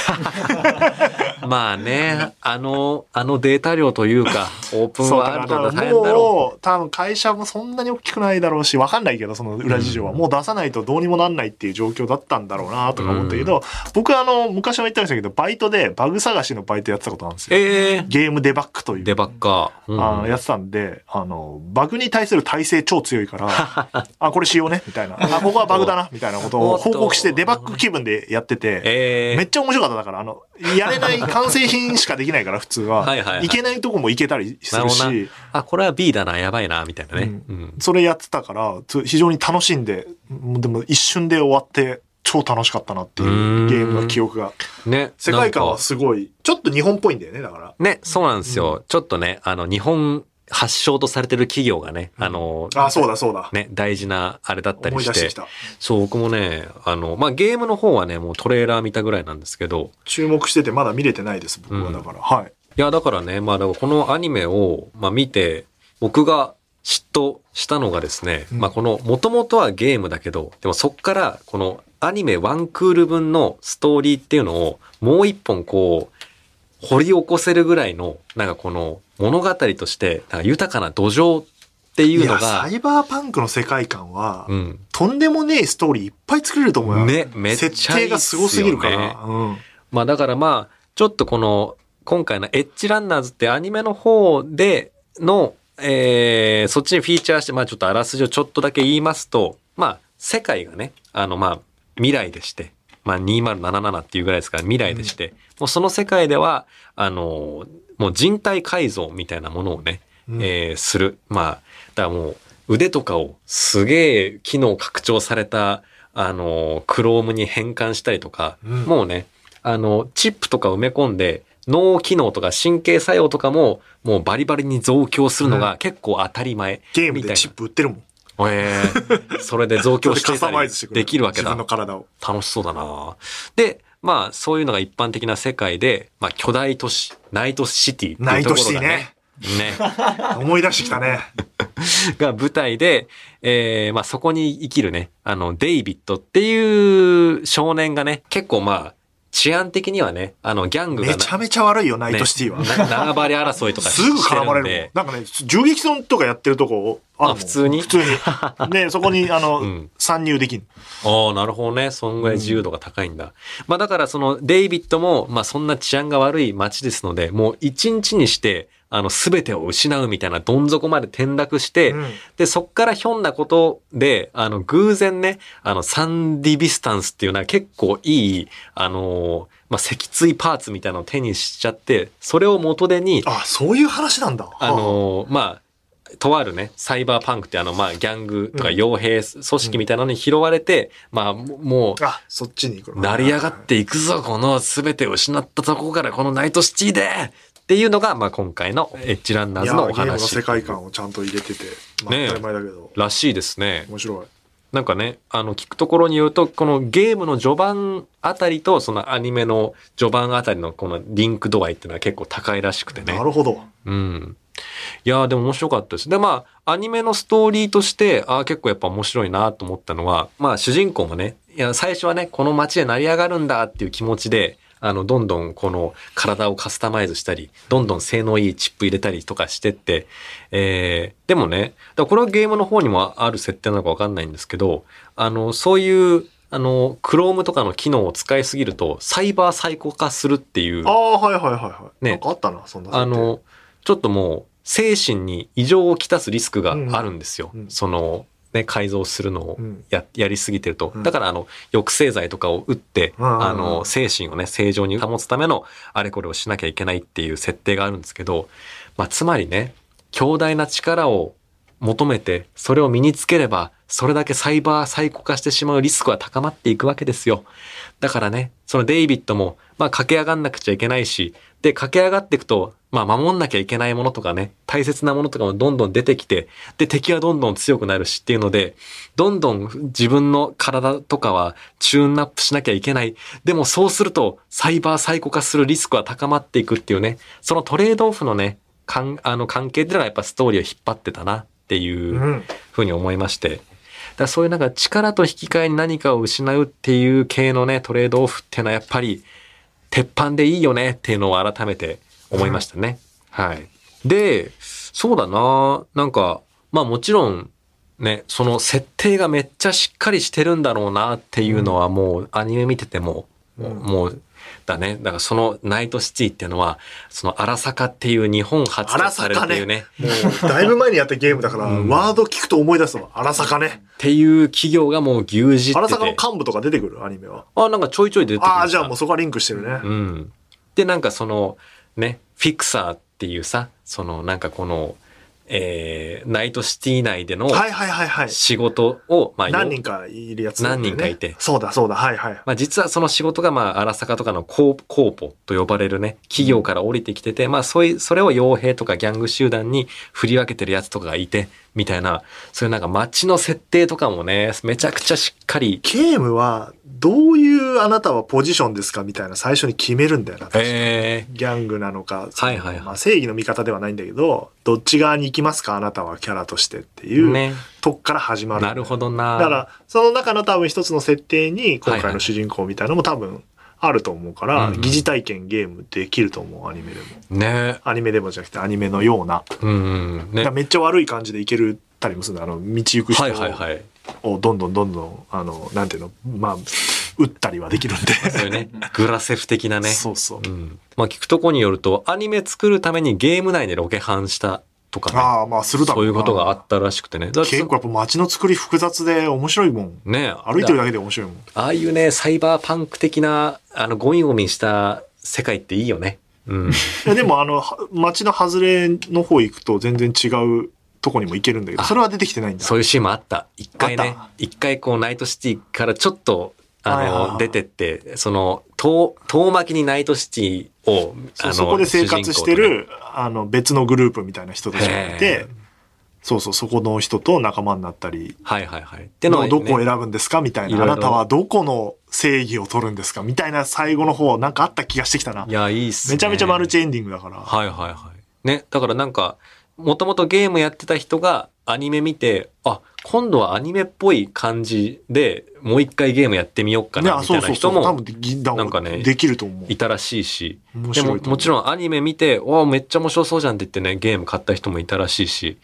Speaker 2: まあね、あの、あのデータ量という
Speaker 1: [laughs]
Speaker 2: か、オープンワールドが
Speaker 1: だか
Speaker 2: 大
Speaker 1: ら
Speaker 2: 変だろ
Speaker 1: もう多分会社もそんなに大きくないだろうしわかんないけどその裏事情は、
Speaker 2: うん
Speaker 1: もう出さないとどうにもなんないっていう状況だったんだろうなとか思ったけど、僕はあの昔も言ったんですけどバイトでバグ探しのバイトやってたことなんです
Speaker 2: う。
Speaker 1: よ。
Speaker 2: えー、
Speaker 1: ゲームデバッグという
Speaker 2: デバッカー。うん
Speaker 1: あのやってたんで、あの、バグに対する耐性超強い
Speaker 2: [laughs]
Speaker 1: から、あ、これしようね、みたいな。あ、ここはバグだな、みたいなことを報告して、デバッグ気分でやってて、
Speaker 2: えー、
Speaker 1: めっちゃ面白かっただから、あの、やれない完成品しかできないから、普通は。
Speaker 2: [laughs] はいはいはい
Speaker 1: けないとこもいけたりする
Speaker 2: なる
Speaker 1: し、
Speaker 2: あ、これは B だな、やばいな、みたいなね。
Speaker 1: う
Speaker 2: うん
Speaker 1: それやってたから、つ非常に楽しんで、もうでも一瞬で終わって、超楽しかったなっていう
Speaker 2: ー
Speaker 1: うんゲームの記憶が。
Speaker 2: ね。
Speaker 1: 世界観
Speaker 2: なん
Speaker 1: は
Speaker 2: か
Speaker 1: すごい、ちょっと日本っぽいんだよね、だから。
Speaker 2: ね、そうなんですよ。ちょっとね、あの、日本発祥とされてる企業がね、あの、
Speaker 1: あ、そうだそうだ。
Speaker 2: ね、大事なあれだったり
Speaker 1: 思い
Speaker 2: し
Speaker 1: 出して
Speaker 2: て。
Speaker 1: きた。
Speaker 2: そう、僕もね、あの、まあ、ゲームの方はね、もうトレーラー見たぐらいなんですけど、
Speaker 1: 注目しててまだ見れてないです、僕はだから。はい。
Speaker 2: いや、だからね、まあ、だからこのアニメを、まあ、見て、僕が嫉妬したのがですね、
Speaker 1: うん
Speaker 2: まあ、この、もともとはゲームだけど、でもそっから、このアニメワンクール分のストーリーっていうのを、もう一本こう、掘り起こせるぐらいの、なんかこの物語として、なんか豊かな土壌っていうの
Speaker 1: いや
Speaker 2: が
Speaker 1: サ、イバーパンクの世界観は、
Speaker 2: うん。
Speaker 1: とんでもねえストーリーいっぱい作れると思うよ。
Speaker 2: ね、めっちゃいいっす
Speaker 1: 設
Speaker 2: よ、ね。
Speaker 1: 定がすごすぎるから。うん
Speaker 2: まあだからまあ、ちょっとこの、今回のエッジランナーズってアニメの方での、えー、そっちにフィーチャーして、まあちょっとあらすじをちょっとだけ言いますと、まあ世界がね、あのまあ未来でして、まあ2077っていうぐらいですから未来でして、もうその世界では、あの、もう人体改造みたいなものをね、
Speaker 1: うん
Speaker 2: えーする。まあ、だからもう腕とかをすげえ機能拡張された、あの、クロームに変換したりとか、
Speaker 1: うん
Speaker 2: もうね、あの、チップとか埋め込んで、脳機能とか神経作用とかも、もうバリバリに増強するのが結構当たり前。
Speaker 1: ゲーム
Speaker 2: みた
Speaker 1: で
Speaker 2: いな
Speaker 1: チップ売ってるもん。
Speaker 2: えー [laughs] それで増強し
Speaker 1: それでカ
Speaker 2: てた
Speaker 1: スタマイ
Speaker 2: り
Speaker 1: ズしてくれる
Speaker 2: できるわけ
Speaker 1: 自
Speaker 2: だ
Speaker 1: 分の。体を。
Speaker 2: 楽しそうだなで、まあ、そういうのが一般的な世界で、まあ、巨大都市、ナイトシティって
Speaker 1: ナ
Speaker 2: い
Speaker 1: イ
Speaker 2: うと
Speaker 1: ト
Speaker 2: こ
Speaker 1: シテ
Speaker 2: ろが
Speaker 1: ィね
Speaker 2: ね。。ね。 [laughs]
Speaker 1: 思い出してきたね。
Speaker 2: が舞台で、えーまあそこに生きるね、あの、デイビッドっていう少年がね、結構まあ、治安的にはね、あの、ギャングがな
Speaker 1: めちゃめちゃ悪いよ、ナイ
Speaker 2: ね
Speaker 1: トシティは。
Speaker 2: な縄張り争いと
Speaker 1: [laughs]
Speaker 2: か
Speaker 1: すぐ絡まれ
Speaker 2: してん
Speaker 1: る
Speaker 2: で
Speaker 1: もん。なんかね、銃撃損とかやってるとこあるもん
Speaker 2: あ普通に
Speaker 1: 普
Speaker 2: [laughs]
Speaker 1: 通に。で、そこに、あの、
Speaker 2: うん
Speaker 1: 参入できる。
Speaker 2: ああ、なるほどね。そんぐらい自由度が高いんだ。まあだからそのデイビッドも、まあそんな治安が悪い街ですので、もう一日にして、あの、すべてを失うみたいなどん底まで転落して、
Speaker 1: うん
Speaker 2: で、そっからひょんなことで、あの、偶然ね、あの、サンディビスタンスっていうのは結構いい、あのーまあ、脊椎パーツみたいなのを手にしちゃって、それを元手に、
Speaker 1: あ、そういう話なんだ。
Speaker 2: あのーまあ、とあるね、サイバーパンクってあの、まあ、ギャングとか
Speaker 1: うん
Speaker 2: 傭兵組織みたいなのに拾われて、まあ、ももう、
Speaker 1: あ、そっちに行くの
Speaker 2: 成り上がっ。ていくぞ、この全てを失ったとこから、このナイトシティでっていうのが、まあ、今回のエッジランナー
Speaker 1: い
Speaker 2: ズ
Speaker 1: や
Speaker 2: のお
Speaker 1: ゲームの
Speaker 2: 話
Speaker 1: 世界観をちゃんと入れてて、まあ、
Speaker 2: ねえ
Speaker 1: 当たり前だけど、
Speaker 2: らしいですね。
Speaker 1: 面白い。
Speaker 2: なんかね、あの、聞くところによると、このゲームの序盤あたりと、そのアニメの序盤あたりのこのリンク度合いっていうのは結構高いらしくてね
Speaker 1: な。るほど。
Speaker 2: うん。いやーでも面白かったです。で、まあ、アニメのストーリーとして、ああ、結構やっぱ面白いなと思ったのは、まあ、主人公もね、いや、最初はね、この街で成り上がるんだっていう気持ちで、あの、どんどんこの体をカスタマイズしたり、どんどん性能いいチップ入れたりとかしてって、えー、でもね、だからこれはゲームの方にもある設定なのかわかんないんですけど、あの、そういう、あの、クロームとかの機能を使いすぎると、サイバー最高化するっていう。
Speaker 1: ああ、はいはいはいはい。
Speaker 2: ね
Speaker 1: なんかあったな、そんな設定。
Speaker 2: あの、ちょっともう、精神に異常をきたすリスクがあるんですよ。
Speaker 1: うん
Speaker 2: その、ね、改造するのを
Speaker 1: うん、
Speaker 2: や、やりすぎてると
Speaker 1: う。ん
Speaker 2: だから、あの、抑制剤とかを打って、
Speaker 1: うんうんうん
Speaker 2: あの、精神をね、正常に保つための、あれこれをしなきゃいけないっていう設定があるんですけど、まあ、つまりね、強大な力を求めて、それを身につければ、それだけサイバー最古化してしまうリスクは高まっていくわけですよ。だからね、そのデイビッドも、まあ駆け上がんなくちゃいけないし、で、駆け上がっていくと、まあ守んなきゃいけないものとかね、大切なものとかもどんどん出てきて、で、敵はどんどん強くなるしっていうので、どんどん自分の体とかはチューンアップしなきゃいけない。でもそうすると、サイバー最古化するリスクは高まっていくっていうね、そのトレードオフのね、かんあの関係っていうのはやっぱストーリーを引っ張ってたなっていうう。
Speaker 1: ん。
Speaker 2: ふうに思いまして。だからそういうなんか力と引き換えに何かを失うっていう系のね、トレードオフっていうのはやっぱり鉄板でいいよねっていうのを改めて思いましたね。はい。で、そうだななんか、まあもちろんね、その設定がめっちゃしっかりしてるんだろうなっていうのはもうアニメ見てても、
Speaker 1: うん
Speaker 2: もう、だね。だからそのナイトシティっていうのは、その荒坂っていう日本初とされるっていうね。
Speaker 1: もう、だいぶ前にやったゲームだから、
Speaker 2: うん
Speaker 1: ワード聞くと思い出すわ。荒坂ね。
Speaker 2: っていう企業がもう牛耳ってて。
Speaker 1: 荒坂の幹部とか出てくる、アニメは。
Speaker 2: あ、なんかちょいちょい出てきました。
Speaker 1: ああ、じゃあもうそこはリンクしてるね。
Speaker 2: うん。で、なんかその、ね、フィクサーっていうさ、そのなんかこの、えー、ナイトシティ内での
Speaker 1: はいはいはいはい。
Speaker 2: 仕事を、まあ、よ
Speaker 1: 何人かいるやつ、ね。
Speaker 2: 何人かいて
Speaker 1: そうだそうだ、はいはい。
Speaker 2: まあ実はその仕事がまあ荒坂とかのコーコーポと呼ばれるね、企業から降りてきてて、まあそういう、それを傭兵とかギャング集団に振り分けてるやつとかがいて、みたいな、そういうなんか街の設定とかもね、めちゃくちゃしっかり、
Speaker 1: ゲームは、どういうあなたはポジションですかみたいな最初に決めるんだよな。
Speaker 2: え
Speaker 1: ギャングなのか、
Speaker 2: はいはいはい
Speaker 1: まあ、正義の味方ではないんだけど、どっち側に行きますかあなたはキャラとしてって
Speaker 2: え
Speaker 1: いう、
Speaker 2: ね。
Speaker 1: とこから始まる。
Speaker 2: なるほどな。
Speaker 1: だから、その中の多分一つの設定に、今
Speaker 2: はいは
Speaker 1: 回
Speaker 2: い
Speaker 1: の主人公みたいなのも多分あると思うから、
Speaker 2: うんうん
Speaker 1: 疑似体験ゲームできると思う、アニメでも。
Speaker 2: ね
Speaker 1: アニメでもじゃなくてアニメのような。
Speaker 2: うん。
Speaker 1: だ
Speaker 2: ね
Speaker 1: から。めっちゃ悪い感じでいけるたりもするんだ。あの、道行く人を
Speaker 2: はいはいはい。
Speaker 1: をどんどんどんどん、あの、なんていうの、まあ、打ったりはできるんで。
Speaker 2: そういうね、グラセフ的なね。
Speaker 1: [laughs] そうそう。
Speaker 2: うん。まあ聞くとこによると、アニメ作るためにゲーム内でロケハンしたとかね。
Speaker 1: ああ、まあ、するだ
Speaker 2: そ
Speaker 1: ろ
Speaker 2: う
Speaker 1: う
Speaker 2: い
Speaker 1: な
Speaker 2: うことがあったらしくてね。だから
Speaker 1: 結構やっぱ街の作り複雑で面白いもん。
Speaker 2: ね
Speaker 1: 歩いてるだけで面白いもん。
Speaker 2: ああいうね、サイバーパンク的な、あの、ゴミゴミした世界ってい
Speaker 1: [laughs]
Speaker 2: いよね。うん。
Speaker 1: いやでも、あの、は街の外れの方行くと全然違うとこにも行けるんだけど、
Speaker 2: あ
Speaker 1: それは出てきてないんだ。
Speaker 2: そういうシーンもあった。一回
Speaker 1: あっ
Speaker 2: ね
Speaker 1: た、
Speaker 2: 一回こうナイトシティからちょっと、あの、
Speaker 1: はいはいはい
Speaker 2: 出てって、その、遠、遠巻きにナイトシティを、あ
Speaker 1: そう
Speaker 2: の、
Speaker 1: そこで生活して
Speaker 2: 主人公
Speaker 1: る、あの、別のグループみたいな人たちがい
Speaker 2: へ
Speaker 1: て、そうそう、そこの人と仲間になったり、
Speaker 2: とね。はいはいはい。ってのをね
Speaker 1: どこを選ぶんですかみたいな。
Speaker 2: いろいろ
Speaker 1: あなたはどこの正義を取るんですかみたいな最後の方、なんかあった気がしてきたな。
Speaker 2: いや、いいっすね。
Speaker 1: めちゃめちゃマルチエンディングだから。
Speaker 2: はいはいはい。ね、だからなんか、もともとゲームやってた人がアニメ見て、あ、今度はアニメっぽい感じで、もう一回ゲームやってみようか
Speaker 1: ね
Speaker 2: な、
Speaker 1: あ
Speaker 2: みたいな人
Speaker 1: 多
Speaker 2: も
Speaker 1: 分できだ
Speaker 2: な
Speaker 1: なんん
Speaker 2: か
Speaker 1: かね、
Speaker 2: ね
Speaker 1: できると思う。
Speaker 2: いたらしいし、
Speaker 1: 面
Speaker 2: で
Speaker 1: 白
Speaker 2: も
Speaker 1: いと思う
Speaker 2: もちろんアニメ見て、わあ、めっちゃ面白そうじゃんって言ってね、ゲーム買った人もいたらしいし、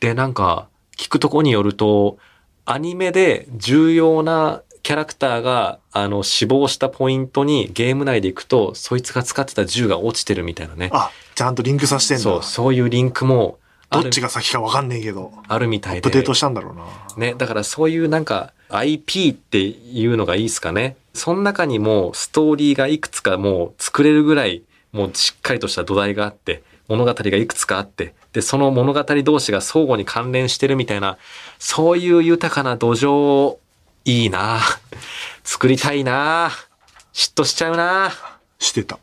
Speaker 2: で、なんか、聞くとこによると、アニメで重要なキャラクターが、あの、死亡したポイントにゲーム内で行くと、そいつが使ってた銃が落ちてるみたいなね。
Speaker 1: あ、ちゃんとリンクさせてんだ。
Speaker 2: そう、そういうリンクもあ
Speaker 1: どっ
Speaker 2: る
Speaker 1: ちが先かわかんねえけど、
Speaker 2: あるみ
Speaker 1: ア
Speaker 2: たい
Speaker 1: ッ
Speaker 2: で。
Speaker 1: プデートしたんだろうな。
Speaker 2: ね、だからそういうなんか IP っていうのがいいですかね。その中にもうストーリーがいくつかもう作れるぐらいもうしっかりとした土台があって、物語がいくつかあって、で、その物語同士が相互に関連してるみたいな、そういう豊かな土壌、いいな作りたいな嫉妬しちゃうな
Speaker 1: して
Speaker 2: [laughs]
Speaker 1: た。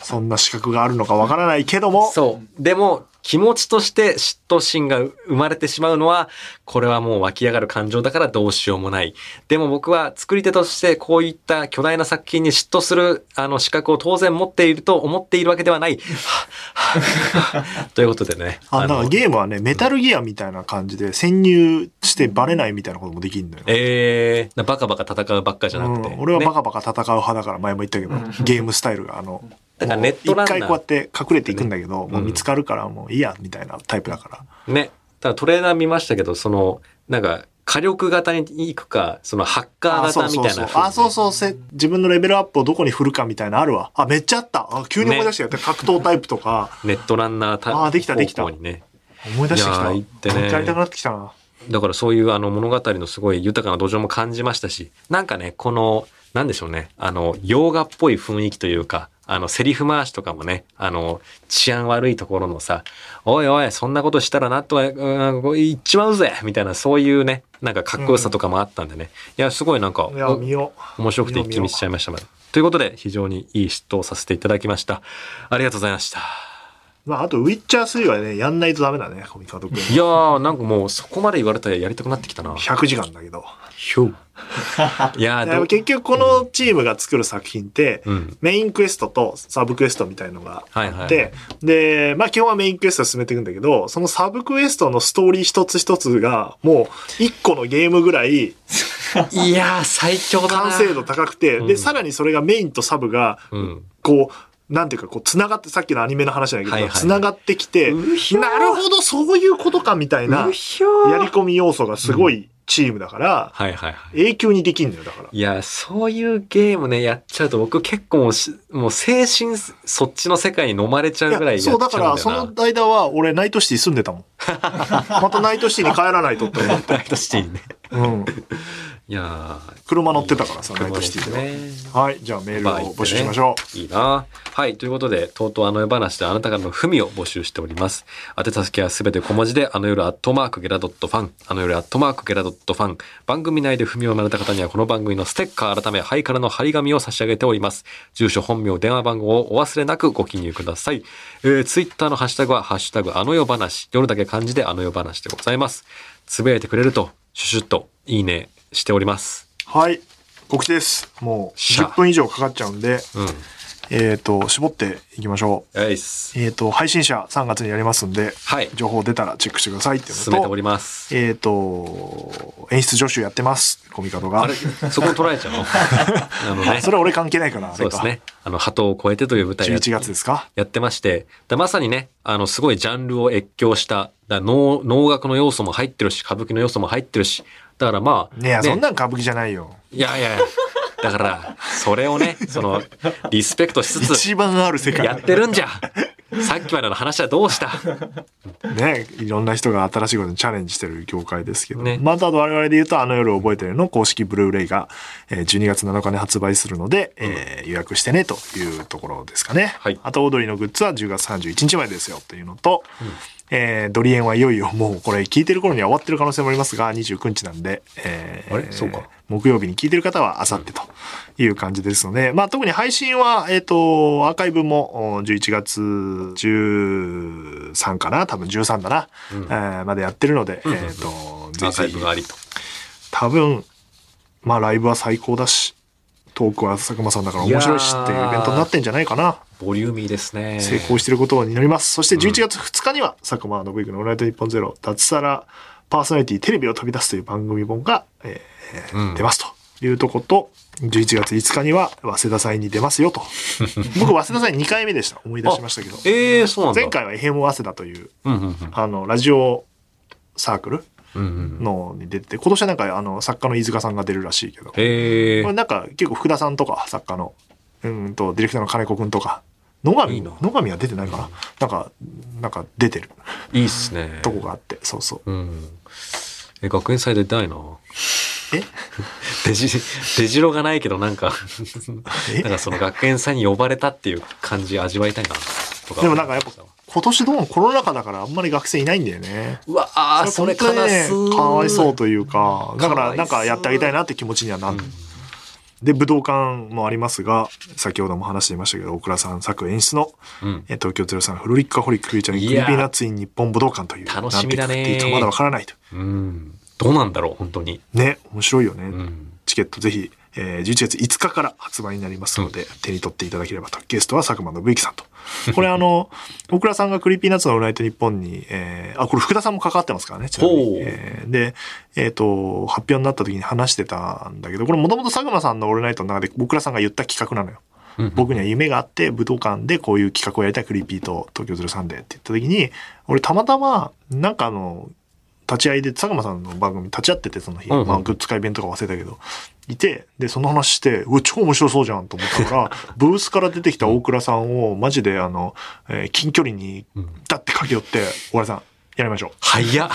Speaker 1: そんな資格があるのかわからないけども、
Speaker 2: そう。でも、気持ちとして嫉妬心が生まれてしまうのは、これはもう湧き上がる感情だからどうしようもない。でも僕は作り手としてこういった巨大な作品に嫉妬する、あの、資格を当然持っていると思っているわけではない。はぁはぁはぁということでね。
Speaker 1: あ、だか
Speaker 2: の
Speaker 1: らゲームはね、メタルギアみたいな感じで潜入してバレないみたいなこともできるんだよ。
Speaker 2: えー、バカバカ戦うばっかじゃなくて。
Speaker 1: うん俺はバ
Speaker 2: ね
Speaker 1: カバカ戦う派だから前も言ったけど、ゲームスタイルがあの、
Speaker 2: だから
Speaker 1: もう
Speaker 2: ネットランナー
Speaker 1: 一回こうやって隠れていくんだけど、もううん見つかるからもういいや、みたいなタイプだから。
Speaker 2: ね。ただトレーナー見ましたけど、その、なんか、火力型に行くか、そのハッカー
Speaker 1: あそ
Speaker 2: 型
Speaker 1: う
Speaker 2: み
Speaker 1: そうそう
Speaker 2: たいな風にね。
Speaker 1: あ、そうそうせ、自分のレベルアップをどこに振るかみたいなのあるわ。あ、めっちゃあった。あ、急に思い出してやった。格闘タイプとか、
Speaker 2: ネットランナーた
Speaker 1: あーできたできた
Speaker 2: 方向にね。
Speaker 1: 思い出してきた。
Speaker 2: いやー行ってね
Speaker 1: もう一回やりたくなってきたな。
Speaker 2: だからそういうあの物語のすごい豊かな土壌も感じましたし、なんかね、この、なんでしょうね、あの、洋画っぽい雰囲気というか、あの、セリフ回しとかもね、あの、治安悪いところのさ、おいおい、そんなことしたらなとは、うん、言っちまうぜみたいな、そういうね、なんかかっこよさとかもあったんでね。いや、すごいなんか、
Speaker 1: いや、見よう。
Speaker 2: 面白くて一気見しちゃいました。ということで、非常にいい嫉妬をさせていただきました。ありがとうございました。
Speaker 1: まあ、あと、ウィッチャー3はね、やんないとダメだね、コミカド君。
Speaker 2: [laughs] いやー、なんかもうそこまで言われたらやりたくなってきたな。
Speaker 1: 100時間だけど。
Speaker 2: ひょう。
Speaker 1: [laughs]
Speaker 2: いや
Speaker 1: で
Speaker 2: ー、
Speaker 1: も
Speaker 2: ど
Speaker 1: 結局、このチームが作る作品って、
Speaker 2: うん。
Speaker 1: メインクエストとサブクエストみたいのが
Speaker 2: はいはい。
Speaker 1: で、で、まあ基本はメインクエストを進めていくんだけど、そのサブクエストのストーリー一つ一つが、もう一個のゲームぐらい
Speaker 2: いやー、最強だな。
Speaker 1: 完成度高くて、
Speaker 2: うん
Speaker 1: で、さらにそれがメインとサブが、
Speaker 2: うん。
Speaker 1: こう、なんていうか、こう、繋がって、さっきのアニメの話じゃないけど、
Speaker 2: はいはい
Speaker 1: 繋がってきて、
Speaker 2: うひょー
Speaker 1: なるほど、そういうことか、みたいな、
Speaker 2: う
Speaker 1: や
Speaker 2: ひょー
Speaker 1: り込み要素がすごいチームだから、
Speaker 2: はいはいはい。
Speaker 1: 永久にできんのよ、だから。
Speaker 2: いやー、そういうゲームね、やっちゃうと僕結構もうしもう精神、そっちの世界に飲まれちゃうぐらいやっ
Speaker 1: い
Speaker 2: ちゃ
Speaker 1: やそう
Speaker 2: うん
Speaker 1: だ
Speaker 2: だよな。
Speaker 1: からその間は俺ナイトシティ住んでたも
Speaker 2: [laughs]
Speaker 1: んまたナイトシティに帰らないとって思って、
Speaker 2: ライトシティにね。
Speaker 1: うん、
Speaker 2: いやー。
Speaker 1: 車乗ってたからさナイ
Speaker 2: 車
Speaker 1: ト
Speaker 2: で
Speaker 1: シティ
Speaker 2: す
Speaker 1: では
Speaker 2: ね。
Speaker 1: はい、じゃあメールを募集しましょう。
Speaker 2: いいなはい。ということで、とうとうあの世話であなたからの文を募集しております。宛先はすべて小文字で、あの夜アットマークゲラドットファン、あの夜アットマークゲラドットファン。番組内で文を生まれた方には、この番組のステッカー改め、ハイカラの張り紙を差し上げております。住所、本名、電話番号をお忘れなくご記入ください。えー、ツイッターのハッシュタグは、ハッシュタグあの世話、夜だけ漢字であの世話でございます。つぶやいてくれると、シュシュッと、いいねしております。
Speaker 1: はい、告知です。もう
Speaker 2: しゃ
Speaker 1: 10分以上かかっちゃうんで、
Speaker 2: うん。
Speaker 1: えっ、と、絞っていきましょ
Speaker 2: よいっす
Speaker 1: う。。えっ、と、配信者3月にやりますんで、
Speaker 2: はい。
Speaker 1: 情報出たらチェックしてくださいっていう
Speaker 2: 進めてお
Speaker 1: のと、
Speaker 2: ります。
Speaker 1: えっ、と、演出助手やってます、コミカドが。
Speaker 2: あれ、そこ取られち
Speaker 1: [laughs]
Speaker 2: ゃうのあのね
Speaker 1: そ。れは俺関係ないから、あ
Speaker 2: そう
Speaker 1: れ
Speaker 2: で
Speaker 1: か。
Speaker 2: すね。あの、鳩を超えてという舞台や
Speaker 1: 11月ですか
Speaker 2: やってまして、だまさにね、あの、すごいジャンルを越境した、だ能能楽の要素も入ってるし、歌舞伎の要素も入ってるし、だからまあ、
Speaker 1: ねえ、そんなん歌舞伎じゃないよ。
Speaker 2: いやいやいや、だから、それを
Speaker 1: [laughs]
Speaker 2: ね、その、リスペクトしつつ、
Speaker 1: 一番ある世
Speaker 2: や
Speaker 1: 界
Speaker 2: っ。てるんじゃさっきまでの話は
Speaker 1: [laughs]
Speaker 2: どうした
Speaker 1: ねいろんな人が新しいことにチャレンジしてる業界ですけど、
Speaker 2: ね
Speaker 1: またあと我々で言うと「あの夜を覚えてる」の公式ブルーレイがえー12月7日に発売するので、えー予約してねというところですかね、
Speaker 2: はい
Speaker 1: あとオードリーのグッズは10月31日までですよというのと、えードリエンはいよいよもうこれ聞いてる頃には終わってる可能性もありますが、29日なんで、えー
Speaker 2: あれそうか
Speaker 1: 木曜日に聞いてる方は明後日という感じですので、まあ特に配信は、えっ、と、アーカイブもお11月13かな多分13だな、
Speaker 2: うん
Speaker 1: えーまでやってるので、
Speaker 2: うんうんうん
Speaker 1: えっ、と、
Speaker 2: ア
Speaker 1: ぜ
Speaker 2: ーカイ
Speaker 1: ひ
Speaker 2: ブがありと。
Speaker 1: 多分、まあライブは最高だし、トークは佐久間さんだから面白いしっていうイベントになってんじゃないかな。
Speaker 2: ボリューミーですね。
Speaker 1: 成功していることになります。そして11月2日には、佐久間信之のオールナイトニッポンゼロ、脱サラパーソナリティテレビを飛び出すという番組本が、えー
Speaker 2: うん
Speaker 1: 出ますというとこと、11月5日には、早稲田祭に出ますよ
Speaker 2: [laughs]
Speaker 1: と。僕、早稲田祭2回目でした。思い出しましたけど。
Speaker 2: ええそうなんだ。
Speaker 1: 前。回は FM 早稲田という、
Speaker 2: うんうんうん
Speaker 1: あの、ラジオサークル
Speaker 2: うんうん。
Speaker 1: のに出てて、今年はなんか、あの、作家の飯塚さんが出るらしいけど。
Speaker 2: ええ
Speaker 1: これなんか結構福田さんとか作家のうんとディレクターの金子くんとか野上
Speaker 2: いいな
Speaker 1: 野上は出てないかななんかなんか出てる
Speaker 2: いいっすね。
Speaker 1: とこがあってそうそう
Speaker 2: うん。え、学園祭出たいな。
Speaker 1: え
Speaker 2: デジ、デジロがないけどなんか、
Speaker 1: え
Speaker 2: なんかその学園祭に呼ばれたっていう感じ味わいたいな。とか
Speaker 1: でもなんかやっぱ今年どうもコロナ禍だからあんまり学生いないんだよね
Speaker 2: うわあそれ
Speaker 1: 本当
Speaker 2: 悲
Speaker 1: にね
Speaker 2: しい。
Speaker 1: かわいそうというかだか
Speaker 2: かわ
Speaker 1: ら
Speaker 2: いそう
Speaker 1: なんかやってあげたいなって気持ちにはな
Speaker 2: う
Speaker 1: っ
Speaker 2: ん。
Speaker 1: で武道館もありますが先ほども話していましたけど大倉さん作演出の
Speaker 2: うん。
Speaker 1: えー東京ゼロさんフルリッカホリックフューチャーにク
Speaker 2: い
Speaker 1: リ
Speaker 2: や
Speaker 1: ーピーナッツイン日本武道館という
Speaker 2: 楽しみだね
Speaker 1: なっていくっていうとまだわからないと
Speaker 2: うん。どうなんだろう、本当に。
Speaker 1: ね面白いよね、
Speaker 2: うん。
Speaker 1: チケットぜひ、えー11月5日から発売になりますので、手に取っていただければと。ゲストは佐久間信之さんと。これあの、 [laughs] 大倉さんがクリーピーナッツのオールナイト日本に、えーあ、これ福田さんも関わってますからね、ちなみ
Speaker 2: ほう
Speaker 1: に。えーで、えっ、と、発表になった時に話してたんだけど、これもともと佐久間さんのオールナイトの中で大倉さんが言った企画なのよ。僕には夢があって武道館でこういう企画をやりたいクリーピーと東京ゼロサンデーって言った時に俺たまたまなんかあの立ち会いで佐久間さんの番組立ち会っててその日、
Speaker 2: うんうん
Speaker 1: まあ、グッズ会弁とか忘れたけどいてでその話してうわ超面白そうじゃんと思ったから
Speaker 2: [laughs]
Speaker 1: ブースから出てきた大倉さんをマジであの、えー近距離に
Speaker 2: うん
Speaker 1: だって駆け寄って「小原さんやりましょ
Speaker 2: 早っ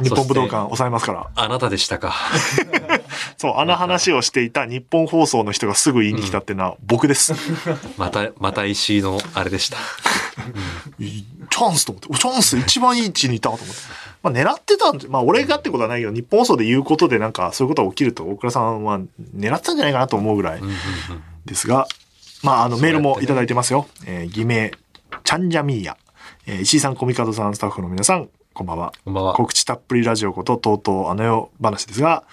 Speaker 1: う日本武道
Speaker 2: そして
Speaker 1: 館抑えますから
Speaker 2: あなたでしたか。」
Speaker 1: そうあの話をしていた日本放送の人がすぐ言いに来たってのは僕
Speaker 2: [laughs]
Speaker 1: です。
Speaker 2: また、また石井のあれでした。
Speaker 1: いいチャンスと思って、おチャンス一番いい位置にいたと思って。まあ狙ってたんで、まあ俺がってことはないけど、日本放送で言うことでなんかそういうことが起きると、大倉さんは狙ってたんじゃないかなと思うぐらい
Speaker 2: うんうんうん
Speaker 1: ですが、まああの
Speaker 2: そう
Speaker 1: メー
Speaker 2: やってね
Speaker 1: ルもいただいてますよ。えー偽名、チャンジャミーヤ、えー石井さん、コミカドさん、スタッフの皆さん、こんばんは。
Speaker 2: こんばんは。
Speaker 1: 告知たっぷりラジオこと、とうとうあの世話ですが、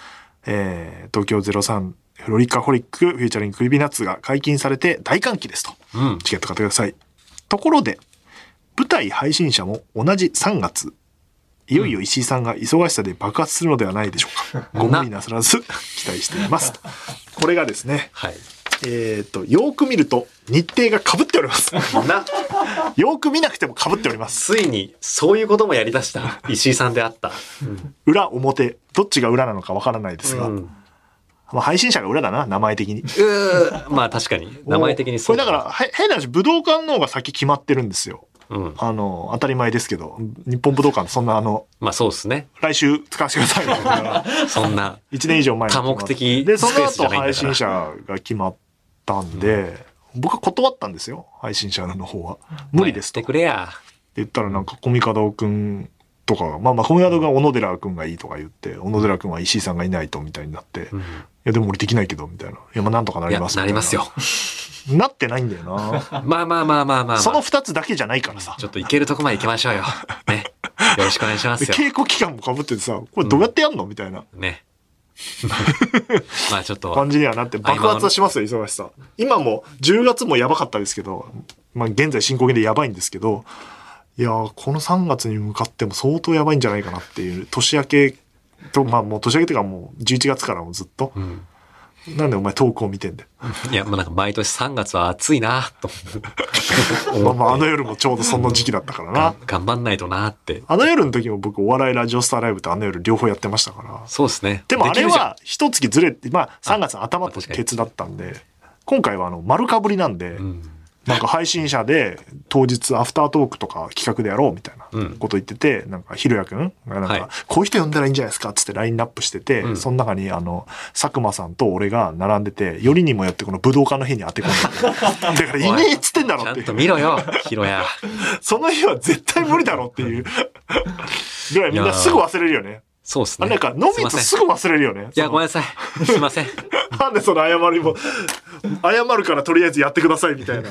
Speaker 1: えー東京03フロリカホリックフューチャリングクリビナッツが解禁されて大歓喜ですと。
Speaker 2: うん。
Speaker 1: チケット買ってください。ところで、舞台配信者も同じ3月、いよいよ石井さんが忙しさで爆発するのではないでしょ
Speaker 2: [laughs]
Speaker 1: うか。
Speaker 2: う
Speaker 1: ご
Speaker 2: ん
Speaker 1: 無理なさらず期待しています。これがですね、
Speaker 2: はい。
Speaker 1: えっ、と、よーく見ると日程が被っており
Speaker 2: [laughs]
Speaker 1: ます。
Speaker 2: な、
Speaker 1: よーく見なくても被っております。
Speaker 2: ついに、そういうこともやりだした。石井さんであった。
Speaker 1: 裏、表、どっちが裏なのかわからないです
Speaker 2: う
Speaker 1: が、
Speaker 2: ん。
Speaker 1: まあ、配信者が裏だな、名前的に。
Speaker 2: うーまあ確かに。 [laughs] 名前的にそう。
Speaker 1: これだから、へ変な話、武道館の方が先決まってるんですよ。
Speaker 2: ら。うん。
Speaker 1: あの、当たり前ですけど、日本武道館そんなあの、
Speaker 2: まあそうですね。
Speaker 1: 来週使わせてくださいみたいな。
Speaker 2: [laughs] そんな。
Speaker 1: 1年以上前の
Speaker 2: 多目的
Speaker 1: でそ
Speaker 2: スペ
Speaker 1: の
Speaker 2: ースじ
Speaker 1: 後
Speaker 2: ゃないん
Speaker 1: 配
Speaker 2: だから
Speaker 1: 信者が決まったんで、僕は断ったんですよ配信者の方は [laughs] 無理ですと
Speaker 2: まあやってくれや。
Speaker 1: 言ったらなんかコミカドくんとかがまあまあコミカドくんは小野寺くんがいいとか言って小野寺くんは石井さんがいないとみたいになって、
Speaker 2: う
Speaker 1: い
Speaker 2: ん
Speaker 1: やでも俺できないけどみたいないやまあなんとかないり
Speaker 2: や、
Speaker 1: ます
Speaker 2: なりますよ。
Speaker 1: みたいななってないんだよな
Speaker 2: [laughs] まあまあまあまあまあ。
Speaker 1: その2つだけじゃないからさ
Speaker 2: ちょっと行けるとこまで行きまし
Speaker 1: [laughs]
Speaker 2: ょうよ。ね。よろしくお願いしま
Speaker 1: です
Speaker 2: よ。
Speaker 1: 稽古期間もかぶっててさこれどうやってやんのみたいな
Speaker 2: ね。 [laughs] まあちょ
Speaker 1: [laughs]
Speaker 2: っと、
Speaker 1: 感じにはなって爆発はしますよ忙しさ今も10月もやばかったですけど、まあ、現在進行形でやばいんですけどいやーこの3月に向かっても相当やばいんじゃないかなっていう年明けとまあもう年明けというかもう11月からもずっと
Speaker 2: うん。
Speaker 1: なんでお前投稿見てんだよ
Speaker 2: いや、まあなんか毎年3月は暑いなと
Speaker 1: まあまああの夜もちょうどその時期だったからな
Speaker 2: 頑張んないとなって。
Speaker 1: あの夜の時も僕お笑いラジオスターライブとあの夜両方やってましたから
Speaker 2: そうですね。
Speaker 1: でもあ
Speaker 2: き
Speaker 1: れ
Speaker 2: るじゃん
Speaker 1: は一月ずれてまあ3月の頭と
Speaker 2: 確かに
Speaker 1: ケツだったんで今回はあの丸かぶりなんで、
Speaker 2: うん。
Speaker 1: なんか配信者で当日アフタートークとか企画でやろうみたいな
Speaker 2: うん
Speaker 1: こと言ってて、なんかひろやくんがなん
Speaker 2: はい
Speaker 1: か、こういう人呼んだらいいんじゃないですかっつってラインナップしてて、
Speaker 2: うん
Speaker 1: その中にあの、佐久間さんと俺が並んでて、よりにもよってこの武道館の日に当て込ん
Speaker 2: [laughs]
Speaker 1: でてだからいねえっつってんだろ
Speaker 2: ち
Speaker 1: っ
Speaker 2: ゃ
Speaker 1: てい
Speaker 2: ん
Speaker 1: う
Speaker 2: と見ろよ、ヒロヤ。
Speaker 1: その日は絶対無理だろって
Speaker 2: [laughs]
Speaker 1: いうぐらいみんなすぐ忘れるよね。
Speaker 2: そうです
Speaker 1: あ
Speaker 2: ね。
Speaker 1: れなんか飲み
Speaker 2: すいま
Speaker 1: と
Speaker 2: せん
Speaker 1: すぐ忘れるよね。
Speaker 2: いや、
Speaker 1: その
Speaker 2: ごめんなさい。すいません。
Speaker 1: なんでその謝りも、謝るからとりあえずやってくださいみたい
Speaker 2: [laughs]
Speaker 1: な。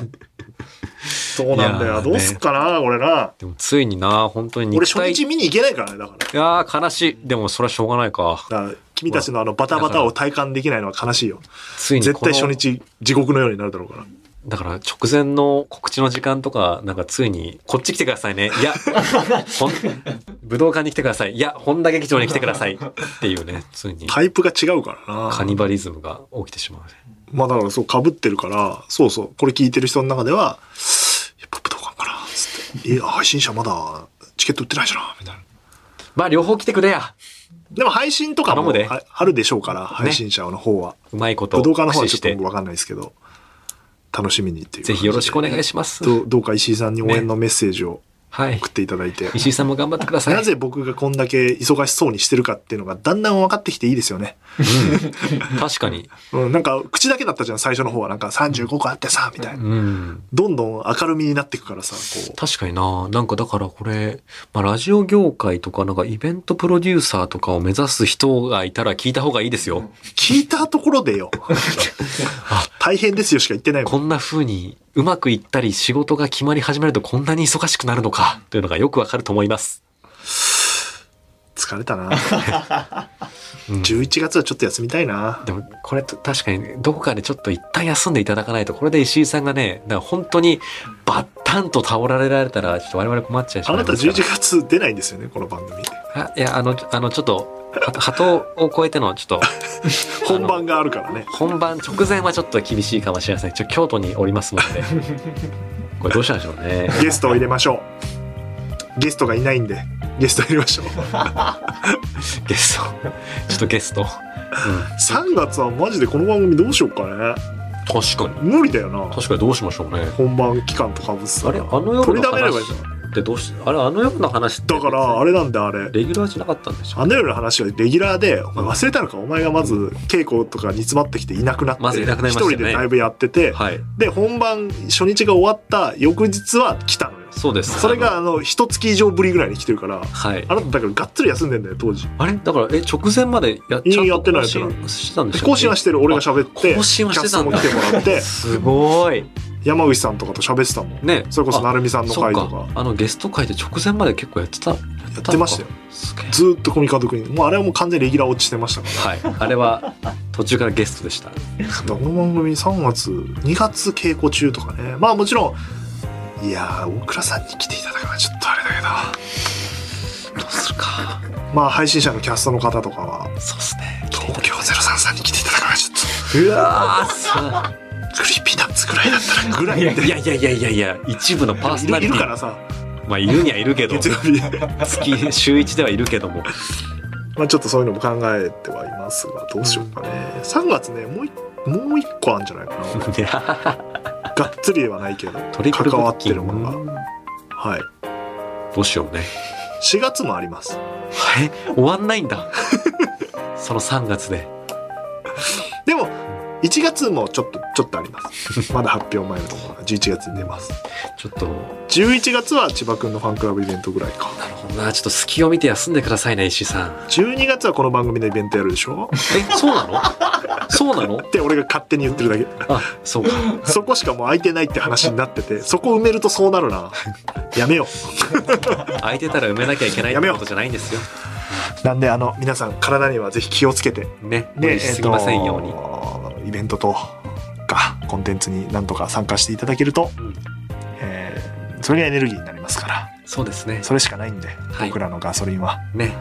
Speaker 1: そうなんだ
Speaker 2: いや
Speaker 1: よ。
Speaker 2: ー
Speaker 1: どうすっかな、俺な。
Speaker 2: でも、ついにな、本当に
Speaker 1: 俺
Speaker 2: 肉
Speaker 1: 初
Speaker 2: 体。
Speaker 1: 日
Speaker 2: い
Speaker 1: 見に行けないからね、だから。
Speaker 2: やー、悲しい。でも、それはしょうがないか。
Speaker 1: だから君たちのあのバタバタを体感できないのは悲しいよ。
Speaker 2: ついに
Speaker 1: 絶
Speaker 2: この
Speaker 1: 対初日地獄のようになるだろうから。
Speaker 2: だから直前の告知の時間とか、なんかついに、こっち来てくださいね。
Speaker 1: [laughs]
Speaker 2: いや、ほん武道館に来てください。いや、本田劇場に来てください。っていうね、ついに
Speaker 1: タイプが違うからな。
Speaker 2: カニバリズムが起きてしまうね。
Speaker 1: まあだからそう被ってるから、そうそう、これ聞いてる人の中では、やっぱ武道館かな、つって。え、配信者まだチケット売ってないじゃん、みたいな。
Speaker 2: まあ、両方来てくれや。
Speaker 1: でも配信とかも
Speaker 2: 頼むで
Speaker 1: ああるでしょうから、配信者の方は。
Speaker 2: うまいこと
Speaker 1: 武
Speaker 2: を
Speaker 1: 道館の
Speaker 2: 駆
Speaker 1: 方は
Speaker 2: 使
Speaker 1: ちょっ
Speaker 2: し
Speaker 1: と
Speaker 2: て
Speaker 1: 僕、わかんないですけど、楽しみにっていう。
Speaker 2: ぜひよろしくお願い
Speaker 1: し
Speaker 2: します。
Speaker 1: どうどうか石井さんに応援のメッセージを
Speaker 2: はい
Speaker 1: 送。っていただいて。
Speaker 2: 石井さんも頑張ってください。
Speaker 1: なぜ僕がこんだけ忙しそうにしてるかっていうのがだんだん分かってきていいですよね。
Speaker 2: 確かに。
Speaker 1: うん、なんか口だけだったじゃん、最初の方は。なんか35個あってさ、みたいな。
Speaker 2: うん。
Speaker 1: どんどん明るみになっていくからさ、こう。
Speaker 2: 確かにな。なんかだからこれ、まあ、ラジオ業界とか、なんかイベントプロデューサーとかを目指す人がいたら聞いた方がいいですよ。
Speaker 1: 聞いたところで
Speaker 2: [laughs]
Speaker 1: よ。大変ですよしか言ってないもん。
Speaker 2: こんな風にうまくいったり仕事が決まり始めるとこんなに忙しくなるのかというのがよくわかると思います。
Speaker 1: 疲れたな。
Speaker 2: [laughs] うん
Speaker 1: 11月はちょっと休みたいな。
Speaker 2: でもこれと確かにどこかでちょっと一旦休んでいただかないとこれで石井さんがねだから本当にバッタンと倒られられたらちょっと我々困っちゃいし
Speaker 1: あ
Speaker 2: まい
Speaker 1: なた
Speaker 2: ますから
Speaker 1: 11月出ないんですよね、この番組。
Speaker 2: あいやあのちょあのちょっとは鳩を超えてのちょっと
Speaker 1: 本番があるからね。
Speaker 2: 本番直前はちょっと厳しいかもしれませんちょ京都におりますの
Speaker 1: [laughs]
Speaker 2: でこれどうしたんでしょうね
Speaker 1: ゲストを入れましょう。ゲストがいないんで、ゲスト入れましょう。
Speaker 2: ゲストちょっとゲスト、うん、
Speaker 1: 3月はマジでこの番組どうしようかね。
Speaker 2: 確かに
Speaker 1: 無理だよな。
Speaker 2: 確かにどうしましょうね
Speaker 1: 本番期間とかぶってた
Speaker 2: あれ
Speaker 1: ら
Speaker 2: あ。の夜
Speaker 1: 取り
Speaker 2: の
Speaker 1: だめればいい
Speaker 2: 話
Speaker 1: じゃん。
Speaker 2: ってどうしあれあの夜の話って
Speaker 1: だから、あれなんだ、あれ。
Speaker 2: レギュラーじゃなかったんでしょ
Speaker 1: あの夜の話はレギュラーで、お前忘れたのか、お前がまず稽古とか煮詰まってきていなくなって、
Speaker 2: まずいなくなり
Speaker 1: 一
Speaker 2: ました
Speaker 1: 人
Speaker 2: ね
Speaker 1: でライブやってて、
Speaker 2: はい
Speaker 1: で本番初日が終わった翌日は来たのよ
Speaker 2: そうです
Speaker 1: それがあの一月以上ぶりぐらいに来てるから
Speaker 2: はい
Speaker 1: あなただからがっつり休んでんだよ当時
Speaker 2: あれだからえ直前までや
Speaker 1: いい
Speaker 2: ちゃん
Speaker 1: や
Speaker 2: と
Speaker 1: ってない
Speaker 2: 更
Speaker 1: やって
Speaker 2: 新してたんで
Speaker 1: で
Speaker 2: しょ
Speaker 1: 更新はしてる俺が喋って
Speaker 2: 更新はしてたんだ
Speaker 1: キャストも来てもら
Speaker 2: [laughs]
Speaker 1: って
Speaker 2: すごい
Speaker 1: 山口さんとかと喋ってたもん
Speaker 2: ね
Speaker 1: それこそ
Speaker 2: あ
Speaker 1: 成美さんの
Speaker 2: そ
Speaker 1: 会
Speaker 2: う
Speaker 1: とか
Speaker 2: かあのゲスト会で直前まで結構やってたや
Speaker 1: やってましたよ
Speaker 2: すげえ
Speaker 1: ずーっとコミカド君にもうあれはもう完全にレギュラー落ちしてましたか
Speaker 2: はいあれは途中からゲストでした
Speaker 1: らこの番組3月2月稽古中とかねまあもちろんいやー大倉さんに来ていただくのはちょっとあれだけ
Speaker 2: どうするか
Speaker 1: どまあ配信者のキャストの方とかは
Speaker 2: そうっすね
Speaker 1: 東京03さんに来ていただくのはちょっと
Speaker 2: うわーさ
Speaker 1: クリーピーナッツぐらいだったらぐらい
Speaker 2: い
Speaker 1: で
Speaker 2: やいやいやいやいやいや一部のパーソナ
Speaker 1: い
Speaker 2: リ
Speaker 1: る
Speaker 2: テ
Speaker 1: か
Speaker 2: ィ
Speaker 1: らさ
Speaker 2: まあいるにはいるけど
Speaker 1: 月曜日
Speaker 2: 月週一ではいるけども
Speaker 1: まあちょっとそういうのも考えてはいますがどうしようかね3月ねもういもう一個あるんじゃないかな
Speaker 2: いや
Speaker 1: がっつりではないけど
Speaker 2: トリプル
Speaker 1: 関
Speaker 2: ブ
Speaker 1: わっ
Speaker 2: ッ
Speaker 1: て
Speaker 2: キン
Speaker 1: る
Speaker 2: グ
Speaker 1: ものはい
Speaker 2: どうしようね
Speaker 1: 4月もあります
Speaker 2: はい終わんないんだその3月で
Speaker 1: でも1月もちょっとちょっとあります
Speaker 2: [laughs]
Speaker 1: まだ発表前のところが11月に出ます
Speaker 2: ちょっと
Speaker 1: 11月は千葉くんのファンクラブイベントぐらいか
Speaker 2: なるほどなちょっと隙を見て休んでくださいね石井さん
Speaker 1: 12月はこの番組でイベントやるでしょ
Speaker 2: えそうなのそうなの
Speaker 1: って俺が勝手に言ってるだけ
Speaker 2: [laughs] あそうか
Speaker 1: そこしかもう空いてないって話になってて、そこ埋めるとそうなるな。やめよ
Speaker 2: 空いてたら埋めなきゃいけない
Speaker 1: や
Speaker 2: っ
Speaker 1: め
Speaker 2: て
Speaker 1: よう
Speaker 2: ことじゃないんですよ
Speaker 1: う。なんで、あの、皆さん、体にはぜひ気をつけて、
Speaker 2: ね無理しすぎませんように、
Speaker 1: えっとイベントとか、コンテンツになんとか参加していただけると、
Speaker 2: うん
Speaker 1: えーそれがエネルギーになりますから、
Speaker 2: そうですね
Speaker 1: それしかないんで、
Speaker 2: はい
Speaker 1: 僕らのガソリンは、
Speaker 2: ね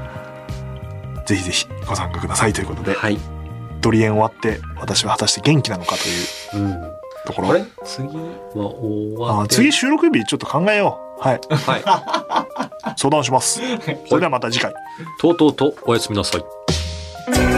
Speaker 1: ぜひぜひご参加くださいということで、
Speaker 2: はい、
Speaker 1: ドリエン終わって、私は果たして元気なのかという
Speaker 2: うん、
Speaker 1: ところ。
Speaker 2: あれ次は終
Speaker 1: あ
Speaker 2: わ
Speaker 1: ー
Speaker 2: って
Speaker 1: 次収録日ちょっと考えよう。はい。
Speaker 2: は [laughs]
Speaker 1: 相談します。それではまた次回。
Speaker 2: いとうとうとおやすみなさい
Speaker 3: 「